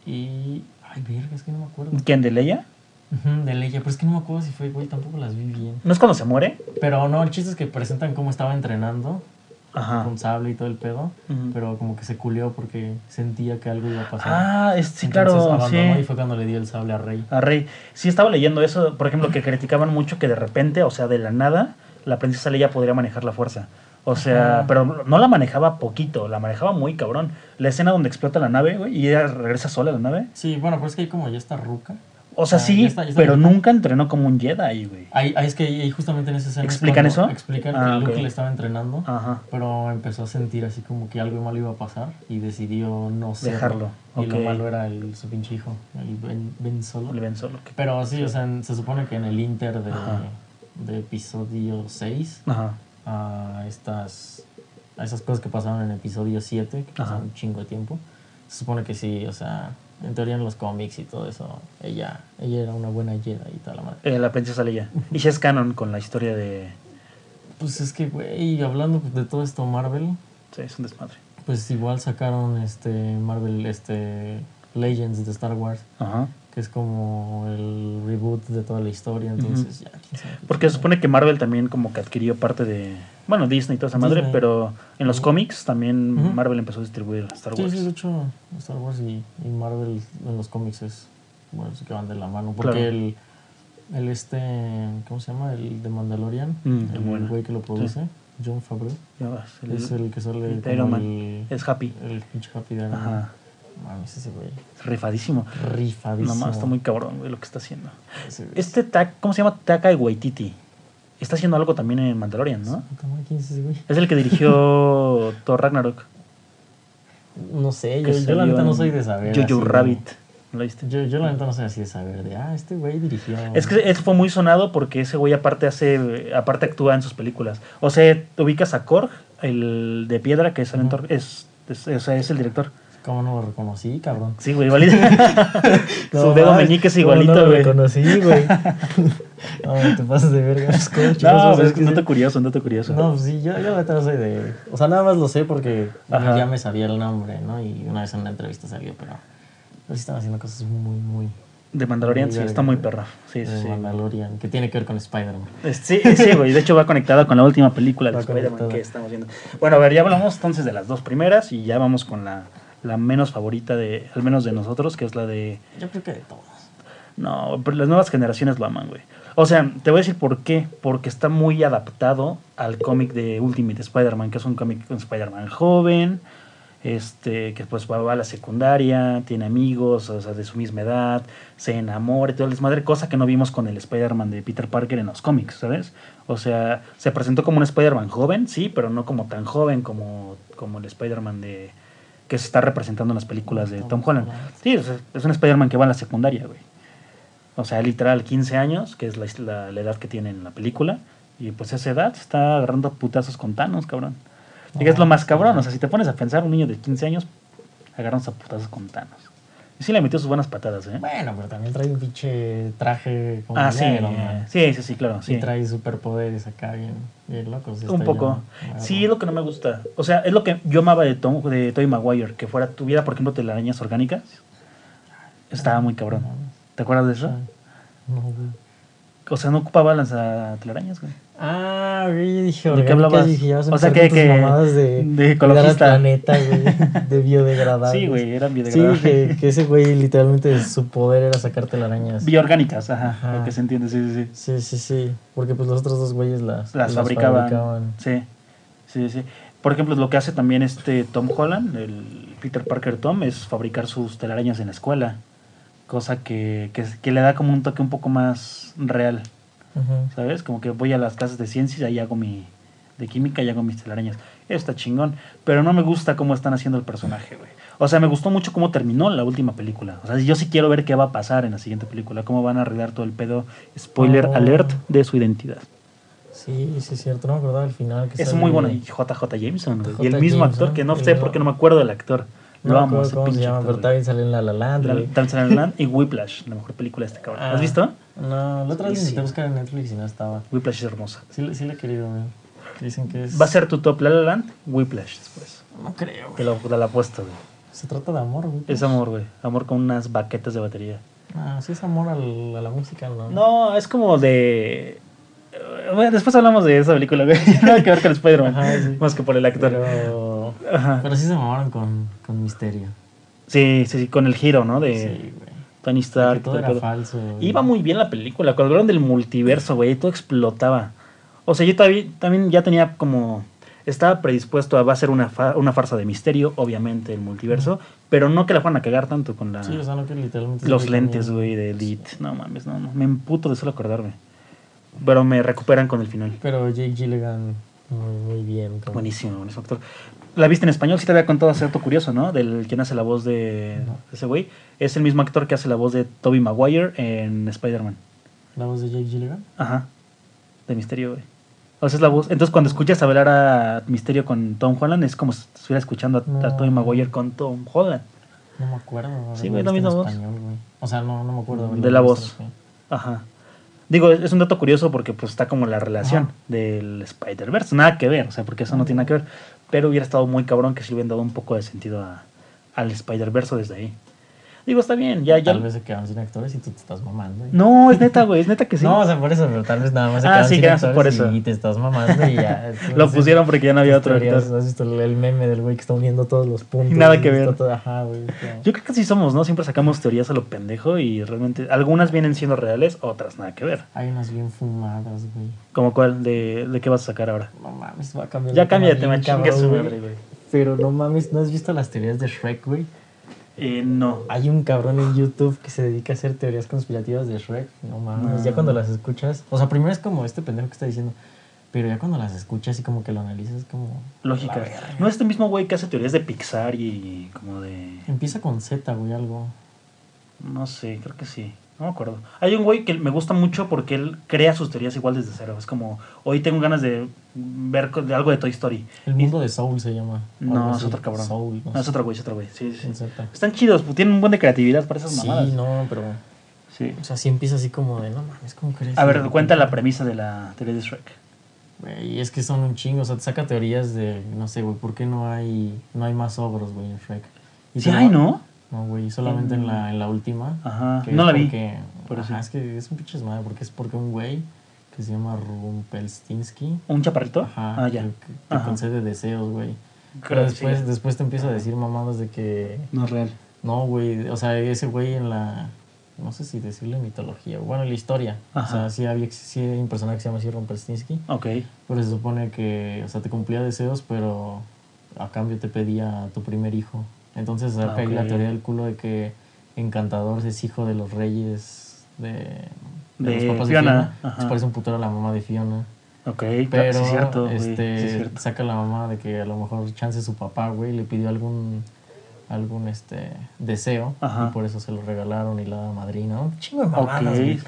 [SPEAKER 2] Y. Ay, verga, es que no me acuerdo.
[SPEAKER 1] ¿Quién de Leia?
[SPEAKER 2] Ujú, De Leia, pero es que no me acuerdo si fue, güey, tampoco las vi bien.
[SPEAKER 1] ¿No es cuando se muere?
[SPEAKER 2] Pero no, el chiste es que presentan cómo estaba entrenando
[SPEAKER 1] Ajá.
[SPEAKER 2] con sable y todo el pedo.
[SPEAKER 1] Ujú.
[SPEAKER 2] Pero como que se culió porque sentía que algo iba a pasar.
[SPEAKER 1] Ah, es- sí,
[SPEAKER 2] Entonces,
[SPEAKER 1] claro.
[SPEAKER 2] abandonó
[SPEAKER 1] sí.
[SPEAKER 2] y fue cuando le dio el sable a Rey.
[SPEAKER 1] a Rey. Sí estaba leyendo eso, por ejemplo, que criticaban mucho que de repente, o sea, de la nada, la princesa Leia podría manejar la fuerza. O sea,
[SPEAKER 2] Ajá.
[SPEAKER 1] pero no la manejaba poquito, la manejaba muy cabrón. La escena donde explota la nave, güey, y ella regresa sola a la nave.
[SPEAKER 2] Sí, bueno, pero es que ahí como ya está Ruca.
[SPEAKER 1] O sea,
[SPEAKER 2] Ah,
[SPEAKER 1] sí,
[SPEAKER 2] ya está, ya está.
[SPEAKER 1] pero nunca entrenó como un Jedi, güey.
[SPEAKER 2] Ahí, ahí es que ahí justamente en esa escena. es
[SPEAKER 1] ¿Explican
[SPEAKER 2] cuando
[SPEAKER 1] eso?
[SPEAKER 2] Explican
[SPEAKER 1] Ah,
[SPEAKER 2] que Luke
[SPEAKER 1] ok. Ah.
[SPEAKER 2] le estaba entrenando,
[SPEAKER 1] Ajá.
[SPEAKER 2] pero empezó a sentir así como que algo malo iba a pasar y decidió no ser.
[SPEAKER 1] Dejarlo,
[SPEAKER 2] Y lo
[SPEAKER 1] ok.
[SPEAKER 2] malo era el, su pinche hijo, el Ben, Ben Solo.
[SPEAKER 1] Le ven solo. que-
[SPEAKER 2] Pero sí, o sea, en- se supone que en el Inter de,
[SPEAKER 1] Ajá.
[SPEAKER 2] de episodio 6
[SPEAKER 1] Ajá.
[SPEAKER 2] a estas a esas cosas que pasaron en episodio 7, que pasaron
[SPEAKER 1] Ajá.
[SPEAKER 2] un chingo de tiempo. Se supone que sí, o sea, en teoría en los cómics y todo eso, ella ella era una buena Jedi y toda la madre.
[SPEAKER 1] Eh, la princesa Leia. Y si es canon con la historia de...
[SPEAKER 2] Pues es que, güey, hablando de todo esto Marvel,
[SPEAKER 1] Sí, es un desmadre.
[SPEAKER 2] pues igual sacaron este Marvel este Legends de Star Wars,
[SPEAKER 1] Ajá.
[SPEAKER 2] que es como el reboot de toda la historia, entonces ya, quién sabe qué
[SPEAKER 1] Porque se
[SPEAKER 2] chingada.
[SPEAKER 1] supone que Marvel también como que adquirió parte de... Bueno, Disney y toda esa madre,
[SPEAKER 2] Disney.
[SPEAKER 1] pero en los cómics también
[SPEAKER 2] Ujú.
[SPEAKER 1] Marvel empezó a distribuir Star
[SPEAKER 2] Sí,
[SPEAKER 1] Wars.
[SPEAKER 2] sí, de hecho, Star Wars y, y Marvel en los cómics es, bueno, es que van de la mano. Porque
[SPEAKER 1] Claro.
[SPEAKER 2] el, el este, ¿cómo se llama? El de Mandalorian,
[SPEAKER 1] Mm,
[SPEAKER 2] el
[SPEAKER 1] bueno.
[SPEAKER 2] güey que lo produce, John Favreau,
[SPEAKER 1] Ya vas, el-
[SPEAKER 2] es el que sale
[SPEAKER 1] el
[SPEAKER 2] como
[SPEAKER 1] Iron Man.
[SPEAKER 2] el,
[SPEAKER 1] Es Happy.
[SPEAKER 2] el pinche Happy de Iron Man.
[SPEAKER 1] Ajá.
[SPEAKER 2] Mames, ese güey,
[SPEAKER 1] Rifadísimo.
[SPEAKER 2] rifadísimo.
[SPEAKER 1] Nomás está muy cabrón, güey, lo que está haciendo.
[SPEAKER 2] Ese güey.
[SPEAKER 1] Este Tac, ¿cómo se llama? Taka Waititi. Está haciendo algo también en Mandalorian, ¿no?
[SPEAKER 2] Puta madre, ¿Quién es ese güey?
[SPEAKER 1] Es el que dirigió Thor Ragnarok.
[SPEAKER 2] No sé, yo,
[SPEAKER 1] que
[SPEAKER 2] yo la
[SPEAKER 1] salió
[SPEAKER 2] neta no
[SPEAKER 1] en
[SPEAKER 2] soy de saber. así
[SPEAKER 1] Jojo
[SPEAKER 2] de-
[SPEAKER 1] Rabbit. ¿Lo viste?
[SPEAKER 2] Yo, yo la neta no soy así de saber, de, ah, este güey dirigió.
[SPEAKER 1] Es que él fue muy sonado porque ese güey aparte hace, aparte actúa en sus películas. O sea, te ubicas a Korg, el de piedra que sale en
[SPEAKER 2] Ujú.
[SPEAKER 1] Thor, es, es- o sea, es el director.
[SPEAKER 2] ¿Cómo no lo reconocí, cabrón?
[SPEAKER 1] Sí, güey, igualito. Su dedo meñique es igualito, güey. No,
[SPEAKER 2] conocí, güey. No, te pasas de verga. los coches,
[SPEAKER 1] pues
[SPEAKER 2] sabes
[SPEAKER 1] es que
[SPEAKER 2] qué
[SPEAKER 1] un dato
[SPEAKER 2] sé.
[SPEAKER 1] curioso, un dato curioso.
[SPEAKER 2] No, pues sí, yo, yo atrás soy de... O sea, nada más lo sé porque
[SPEAKER 1] Ajá.
[SPEAKER 2] ya me sabía el nombre, ¿no? Y una vez en una entrevista salió, pero... Pero sí están haciendo cosas muy, muy...
[SPEAKER 1] de Mandalorian, sí,
[SPEAKER 2] Muy
[SPEAKER 1] está
[SPEAKER 2] verga.
[SPEAKER 1] muy perra. Sí, sí,
[SPEAKER 2] de
[SPEAKER 1] sí.
[SPEAKER 2] Mandalorian, que tiene que ver con Spider-Man.
[SPEAKER 1] Es- Sí, sí, güey. De hecho, va conectada con la última película de
[SPEAKER 2] Va
[SPEAKER 1] Spider-Man
[SPEAKER 2] conectada.
[SPEAKER 1] que estamos viendo. Bueno, a ver, ya hablamos entonces de las dos primeras y ya vamos con la, la menos favorita de, al menos de nosotros, que es la de
[SPEAKER 2] Yo creo que de todos.
[SPEAKER 1] No, pero las nuevas generaciones lo aman, güey. O sea, te voy a decir por qué. Porque está muy adaptado al cómic de Ultimate Spider-Man, que es un cómic con Spider-Man joven, este, que pues va, va a la secundaria, tiene amigos, o sea, de su misma edad, se enamora y todo el desmadre, cosa que no vimos con el Spider-Man de Peter Parker en los cómics, ¿sabes? O sea, se presentó como un Spider-Man joven, sí, pero no como tan joven como, como el Spider-Man de que se está representando en las películas de Tom Holland. Sí, o sea, es un Spider-Man que va a la secundaria, güey. O sea, literal, 15 años, que es la, la- la edad que tiene en la película. Y pues a esa edad se está agarrando putazos con Thanos, cabrón. Y que es lo más cabrón. O sea, si te pones a pensar, un niño de 15 años agarrándose a putazos con Thanos. Y sí le metió sus buenas patadas, ¿eh?
[SPEAKER 2] Bueno, pero también trae un pinche traje como
[SPEAKER 1] Ah,
[SPEAKER 2] de
[SPEAKER 1] sí.
[SPEAKER 2] Iron Man.
[SPEAKER 1] Sí, sí, sí, claro.
[SPEAKER 2] Y
[SPEAKER 1] Sí.
[SPEAKER 2] trae este superpoderes acá bien, bien locos.
[SPEAKER 1] Un
[SPEAKER 2] está
[SPEAKER 1] poco.
[SPEAKER 2] lleno.
[SPEAKER 1] Sí, es lo que no me gusta. O sea, es lo que yo amaba de Tom, de Tobey Maguire, que fuera tuviera, por ejemplo, telarañas orgánicas. Estaba muy cabrón. ¿Te acuerdas de eso?
[SPEAKER 2] No, güey.
[SPEAKER 1] O sea, no ocupaba las ah, telarañas, güey.
[SPEAKER 2] Ah, güey, yo dije,
[SPEAKER 1] ¿De qué
[SPEAKER 2] orgánicas,
[SPEAKER 1] hablabas?
[SPEAKER 2] dije, ya vas a
[SPEAKER 1] O sea, que-
[SPEAKER 2] empezar con tus
[SPEAKER 1] que-
[SPEAKER 2] mamadas
[SPEAKER 1] de
[SPEAKER 2] de, cuidar al
[SPEAKER 1] ecologista.
[SPEAKER 2] planeta, güey, de biodegradable.
[SPEAKER 1] Sí, güey, eran
[SPEAKER 2] Sí,
[SPEAKER 1] biodegradables.
[SPEAKER 2] que, que ese güey literalmente su poder era sacarte las arañas.
[SPEAKER 1] Bioorgánicas, ajá,
[SPEAKER 2] Ajá.
[SPEAKER 1] Lo que se entiende, sí, sí, sí.
[SPEAKER 2] sí, sí, sí, porque pues los otros dos güeyes las,
[SPEAKER 1] Las
[SPEAKER 2] las
[SPEAKER 1] fabricaban.
[SPEAKER 2] fabricaban.
[SPEAKER 1] Sí, sí, sí. Por ejemplo, lo que hace también este Tom Holland, el Peter Parker Tom, es fabricar sus telarañas en la escuela. Cosa que, que, que le da como un toque un poco más real,
[SPEAKER 2] Ujú.
[SPEAKER 1] ¿sabes? Como que voy a las clases de ciencias y ahí hago mi... De química y hago mis telarañas. Está chingón. Pero no me gusta cómo están haciendo el personaje, güey. O sea, me gustó mucho cómo terminó la última película. O sea, yo sí quiero ver qué va a pasar en la siguiente película. Cómo van a arreglar todo el pedo. Spoiler
[SPEAKER 2] Oh.
[SPEAKER 1] alert de su identidad.
[SPEAKER 2] Sí, sí, es cierto, no me acordaba del final. Que
[SPEAKER 1] Es
[SPEAKER 2] sale-
[SPEAKER 1] muy bueno. Y JJ Jameson. güey.
[SPEAKER 2] JJ
[SPEAKER 1] y el mismo
[SPEAKER 2] Jameson,
[SPEAKER 1] actor que no
[SPEAKER 2] el
[SPEAKER 1] sé
[SPEAKER 2] mismo-
[SPEAKER 1] por qué no me acuerdo del actor.
[SPEAKER 2] No
[SPEAKER 1] Lo
[SPEAKER 2] me
[SPEAKER 1] amo.
[SPEAKER 2] acuerdo
[SPEAKER 1] ese
[SPEAKER 2] cómo se
[SPEAKER 1] pinche
[SPEAKER 2] llama,
[SPEAKER 1] actor,
[SPEAKER 2] pero también sale en La La Land,
[SPEAKER 1] güey.
[SPEAKER 2] güey.
[SPEAKER 1] La- Danza en la Land y Whiplash, la mejor película de este cabrón. ¿Has
[SPEAKER 2] Ah,
[SPEAKER 1] visto?
[SPEAKER 2] No, la otra vez
[SPEAKER 1] Sí, sí.
[SPEAKER 2] intenté buscar en Netflix y no estaba.
[SPEAKER 1] Whiplash es hermosa.
[SPEAKER 2] Sí, le- sí le he querido ver. Dicen que es...
[SPEAKER 1] Va a ser tu top La La Land, Whiplash después.
[SPEAKER 2] No creo,
[SPEAKER 1] Te
[SPEAKER 2] güey.
[SPEAKER 1] lo, te la apuesto, güey.
[SPEAKER 2] Se trata de amor, güey.
[SPEAKER 1] Es amor, güey. Amor con unas baquetas de batería.
[SPEAKER 2] Ah, sí es amor al- a la música, ¿no?
[SPEAKER 1] No, es como de... eh, Bueno, después hablamos de esa película, güey. Nada que ver con Spider-Man.
[SPEAKER 2] Ajá, sí.
[SPEAKER 1] Más que por el actor.
[SPEAKER 2] Pero...
[SPEAKER 1] Ajá.
[SPEAKER 2] Pero sí se mamaron con, con Misterio.
[SPEAKER 1] Sí, sí, sí, con el giro, ¿no? De
[SPEAKER 2] Sí, güey.
[SPEAKER 1] Tony
[SPEAKER 2] Que
[SPEAKER 1] Stark.
[SPEAKER 2] todo era
[SPEAKER 1] todo.
[SPEAKER 2] falso. güey.
[SPEAKER 1] Iba muy bien la película. Cuando hablaron del multiverso, güey, todo explotaba. O sea, yo tabi- también ya tenía como estaba predispuesto a va a ser una, fa- una farsa de misterio, obviamente, el multiverso, pero no que la fueran a cagar tanto con la,
[SPEAKER 2] Sí, o sea, no que literalmente.
[SPEAKER 1] los
[SPEAKER 2] se
[SPEAKER 1] lentes,
[SPEAKER 2] comía.
[SPEAKER 1] güey, de Elite. No mames, no, no, me emputo de solo acordarme. Pero me recuperan con el final.
[SPEAKER 2] Pero Jake Gilligan, muy, muy bien. como-
[SPEAKER 1] Buenísimo, buenísimo actor. La viste en español, sí te había contado hace rato curioso, ¿no? Del quien hace la voz de
[SPEAKER 2] No.
[SPEAKER 1] ese güey. Es el mismo actor que hace la voz de Toby Maguire en Spider-Man.
[SPEAKER 2] La voz de Jake Gilligan.
[SPEAKER 1] Ajá. De Misterio, güey. O sea, es la voz. Entonces, cuando escuchas hablar a Misterio con Tom Holland, es como si estuviera escuchando a, a
[SPEAKER 2] No.
[SPEAKER 1] Tobey Maguire con Tom Holland.
[SPEAKER 2] No me acuerdo.
[SPEAKER 1] Sí,
[SPEAKER 2] haberla
[SPEAKER 1] güey, la
[SPEAKER 2] visto en
[SPEAKER 1] misma voz.
[SPEAKER 2] español, güey. O sea, no, no me acuerdo. haberla
[SPEAKER 1] De la
[SPEAKER 2] visto en
[SPEAKER 1] voz.
[SPEAKER 2] español.
[SPEAKER 1] Ajá. Digo, es es un dato curioso porque pues está como la relación
[SPEAKER 2] Ajá.
[SPEAKER 1] del Spider-Verse. Nada que ver, o sea, porque eso no tiene nada que ver. Pero hubiera estado muy cabrón que se le hubieran dado un poco de sentido a- al Spider-Verse desde ahí. Digo, está bien, ya, ya.
[SPEAKER 2] Tal vez se quedaron sin actores y tú te estás mamando. güey.
[SPEAKER 1] No, es neta, güey, es neta que sí.
[SPEAKER 2] No, o sea, por eso, pero tal vez nada más se
[SPEAKER 1] Ah,
[SPEAKER 2] quedaron
[SPEAKER 1] sí,
[SPEAKER 2] sin
[SPEAKER 1] quedaron
[SPEAKER 2] actores
[SPEAKER 1] por eso.
[SPEAKER 2] y te estás mamando y ya.
[SPEAKER 1] Lo pusieron porque ya no había otro
[SPEAKER 2] Teorías,
[SPEAKER 1] actor.
[SPEAKER 2] ¿Has visto el- el meme del güey que está uniendo todos los puntos?
[SPEAKER 1] Nada
[SPEAKER 2] y
[SPEAKER 1] que
[SPEAKER 2] está
[SPEAKER 1] ver.
[SPEAKER 2] todo- ajá, güey. está-
[SPEAKER 1] Yo creo que sí somos, ¿no? Siempre sacamos teorías a lo pendejo y realmente algunas vienen siendo reales, otras nada que ver.
[SPEAKER 2] Hay unas bien fumadas, güey.
[SPEAKER 1] Como cuál, de, de qué vas a sacar ahora.
[SPEAKER 2] No mames, va a cambiar.
[SPEAKER 1] Ya
[SPEAKER 2] de tema
[SPEAKER 1] cambia de tema,
[SPEAKER 2] bien
[SPEAKER 1] chingue
[SPEAKER 2] cabrón,
[SPEAKER 1] su
[SPEAKER 2] güey.
[SPEAKER 1] madre, güey.
[SPEAKER 2] Pero no mames, ¿no has visto las teorías de Shrek, güey?
[SPEAKER 1] Eh, no.
[SPEAKER 2] Hay un cabrón en YouTube que se dedica a hacer teorías conspirativas de Shrek. No mames,
[SPEAKER 1] No.
[SPEAKER 2] ya cuando las escuchas. O sea, primero es como este pendejo que está diciendo. Pero ya cuando las escuchas y como que lo analizas, como.
[SPEAKER 1] Lógica.
[SPEAKER 2] la verga.
[SPEAKER 1] No es este mismo güey que hace teorías de Pixar y como de.
[SPEAKER 2] Empieza con Z, güey, algo.
[SPEAKER 1] No sé, creo que sí. No me acuerdo. Hay un güey que me gusta mucho porque él crea sus teorías igual desde cero. Es como, hoy tengo ganas de ver co- de algo de Toy Story.
[SPEAKER 2] El mundo de Soul se llama. o algo
[SPEAKER 1] No, es
[SPEAKER 2] así.
[SPEAKER 1] otro cabrón.
[SPEAKER 2] Soul, no,
[SPEAKER 1] No, es
[SPEAKER 2] sé,
[SPEAKER 1] otro güey, es otro güey. Sí, sí,
[SPEAKER 2] con
[SPEAKER 1] sí.
[SPEAKER 2] Z.
[SPEAKER 1] Están chidos, pues, tienen un buen de creatividad para esas mamadas.
[SPEAKER 2] Sí, no, pero.
[SPEAKER 1] Sí.
[SPEAKER 2] O sea, sí empieza así como de, no mames, ¿cómo crees?
[SPEAKER 1] A ver,
[SPEAKER 2] Y-
[SPEAKER 1] cuenta la premisa de la teoría de Shrek.
[SPEAKER 2] Güey, es que son un chingo, o sea, te saca teorías de, no sé, güey, ¿por qué no hay, no hay más ogros, güey, en Shrek? Y
[SPEAKER 1] Sí,
[SPEAKER 2] te
[SPEAKER 1] ay,
[SPEAKER 2] lo-
[SPEAKER 1] ¿no?
[SPEAKER 2] No, güey, solamente en la, en la última.
[SPEAKER 1] Ajá.
[SPEAKER 2] que
[SPEAKER 1] No
[SPEAKER 2] es
[SPEAKER 1] la vi.
[SPEAKER 2] porque-
[SPEAKER 1] pero sí.
[SPEAKER 2] ajá, es que es un pinche madre, porque es porque un güey que se llama Rumpelstinsky,
[SPEAKER 1] ¿Un chaparrito?
[SPEAKER 2] ajá,
[SPEAKER 1] Ah, ya.
[SPEAKER 2] que- que te
[SPEAKER 1] Ajá.
[SPEAKER 2] concede deseos, güey. Pero
[SPEAKER 1] Creo que sí,
[SPEAKER 2] después,
[SPEAKER 1] ya.
[SPEAKER 2] después te empieza a decir mamadas de que,
[SPEAKER 1] No es real.
[SPEAKER 2] no, güey, o sea, ese güey en la, no sé si decirle mitología, bueno, en la historia. O
[SPEAKER 1] Ajá.
[SPEAKER 2] sea, sí, había, sí hay un personaje que se llama así Rumpelstinsky.
[SPEAKER 1] Ok.
[SPEAKER 2] Pero se supone que, o sea, te cumplía deseos, pero a cambio te pedía a tu primer hijo. Entonces saca ahí la
[SPEAKER 1] Ah, ok.
[SPEAKER 2] teoría del culo de que Encantador es hijo de los reyes de, de
[SPEAKER 1] De
[SPEAKER 2] los papás
[SPEAKER 1] Fiona,
[SPEAKER 2] de Fiona.
[SPEAKER 1] ajá.
[SPEAKER 2] Se parece un putero a la mamá de Fiona.
[SPEAKER 1] Ok,
[SPEAKER 2] Pero
[SPEAKER 1] pero sí es cierto, güey, sí
[SPEAKER 2] este,
[SPEAKER 1] es cierto.
[SPEAKER 2] saca la mamá de que a lo mejor chance su papá, güey, le pidió algún algún este deseo
[SPEAKER 1] Ajá.
[SPEAKER 2] y por eso se lo regalaron y la madrina. Un chingo de
[SPEAKER 1] Ok,
[SPEAKER 2] mamadas, güey.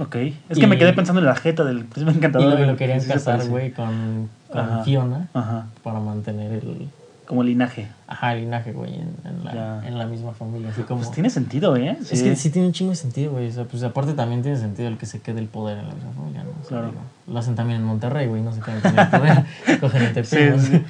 [SPEAKER 1] ok. Es que me
[SPEAKER 2] Y-
[SPEAKER 1] quedé pensando en la jeta del príncipe
[SPEAKER 2] Y
[SPEAKER 1] encantador.
[SPEAKER 2] lo, y lo
[SPEAKER 1] güey,
[SPEAKER 2] querían
[SPEAKER 1] sí se
[SPEAKER 2] casar,
[SPEAKER 1] parece.
[SPEAKER 2] güey, con, con
[SPEAKER 1] Ajá.
[SPEAKER 2] Fiona
[SPEAKER 1] Ajá,
[SPEAKER 2] para mantener el,
[SPEAKER 1] como linaje.
[SPEAKER 2] Ajá, el linaje, güey, en, en la,
[SPEAKER 1] Ya.
[SPEAKER 2] en la misma familia. Así como...
[SPEAKER 1] Pues tiene sentido, ¿eh? Sí.
[SPEAKER 2] Es que sí tiene un chingo de sentido, güey. O sea, pues aparte también tiene sentido el que se quede el poder en la misma familia, ¿no? O sea,
[SPEAKER 1] Claro.
[SPEAKER 2] digo, lo hacen también en Monterrey, güey, no se quedan con el poder. cogen el
[SPEAKER 1] Sí,
[SPEAKER 2] tepino.
[SPEAKER 1] sí.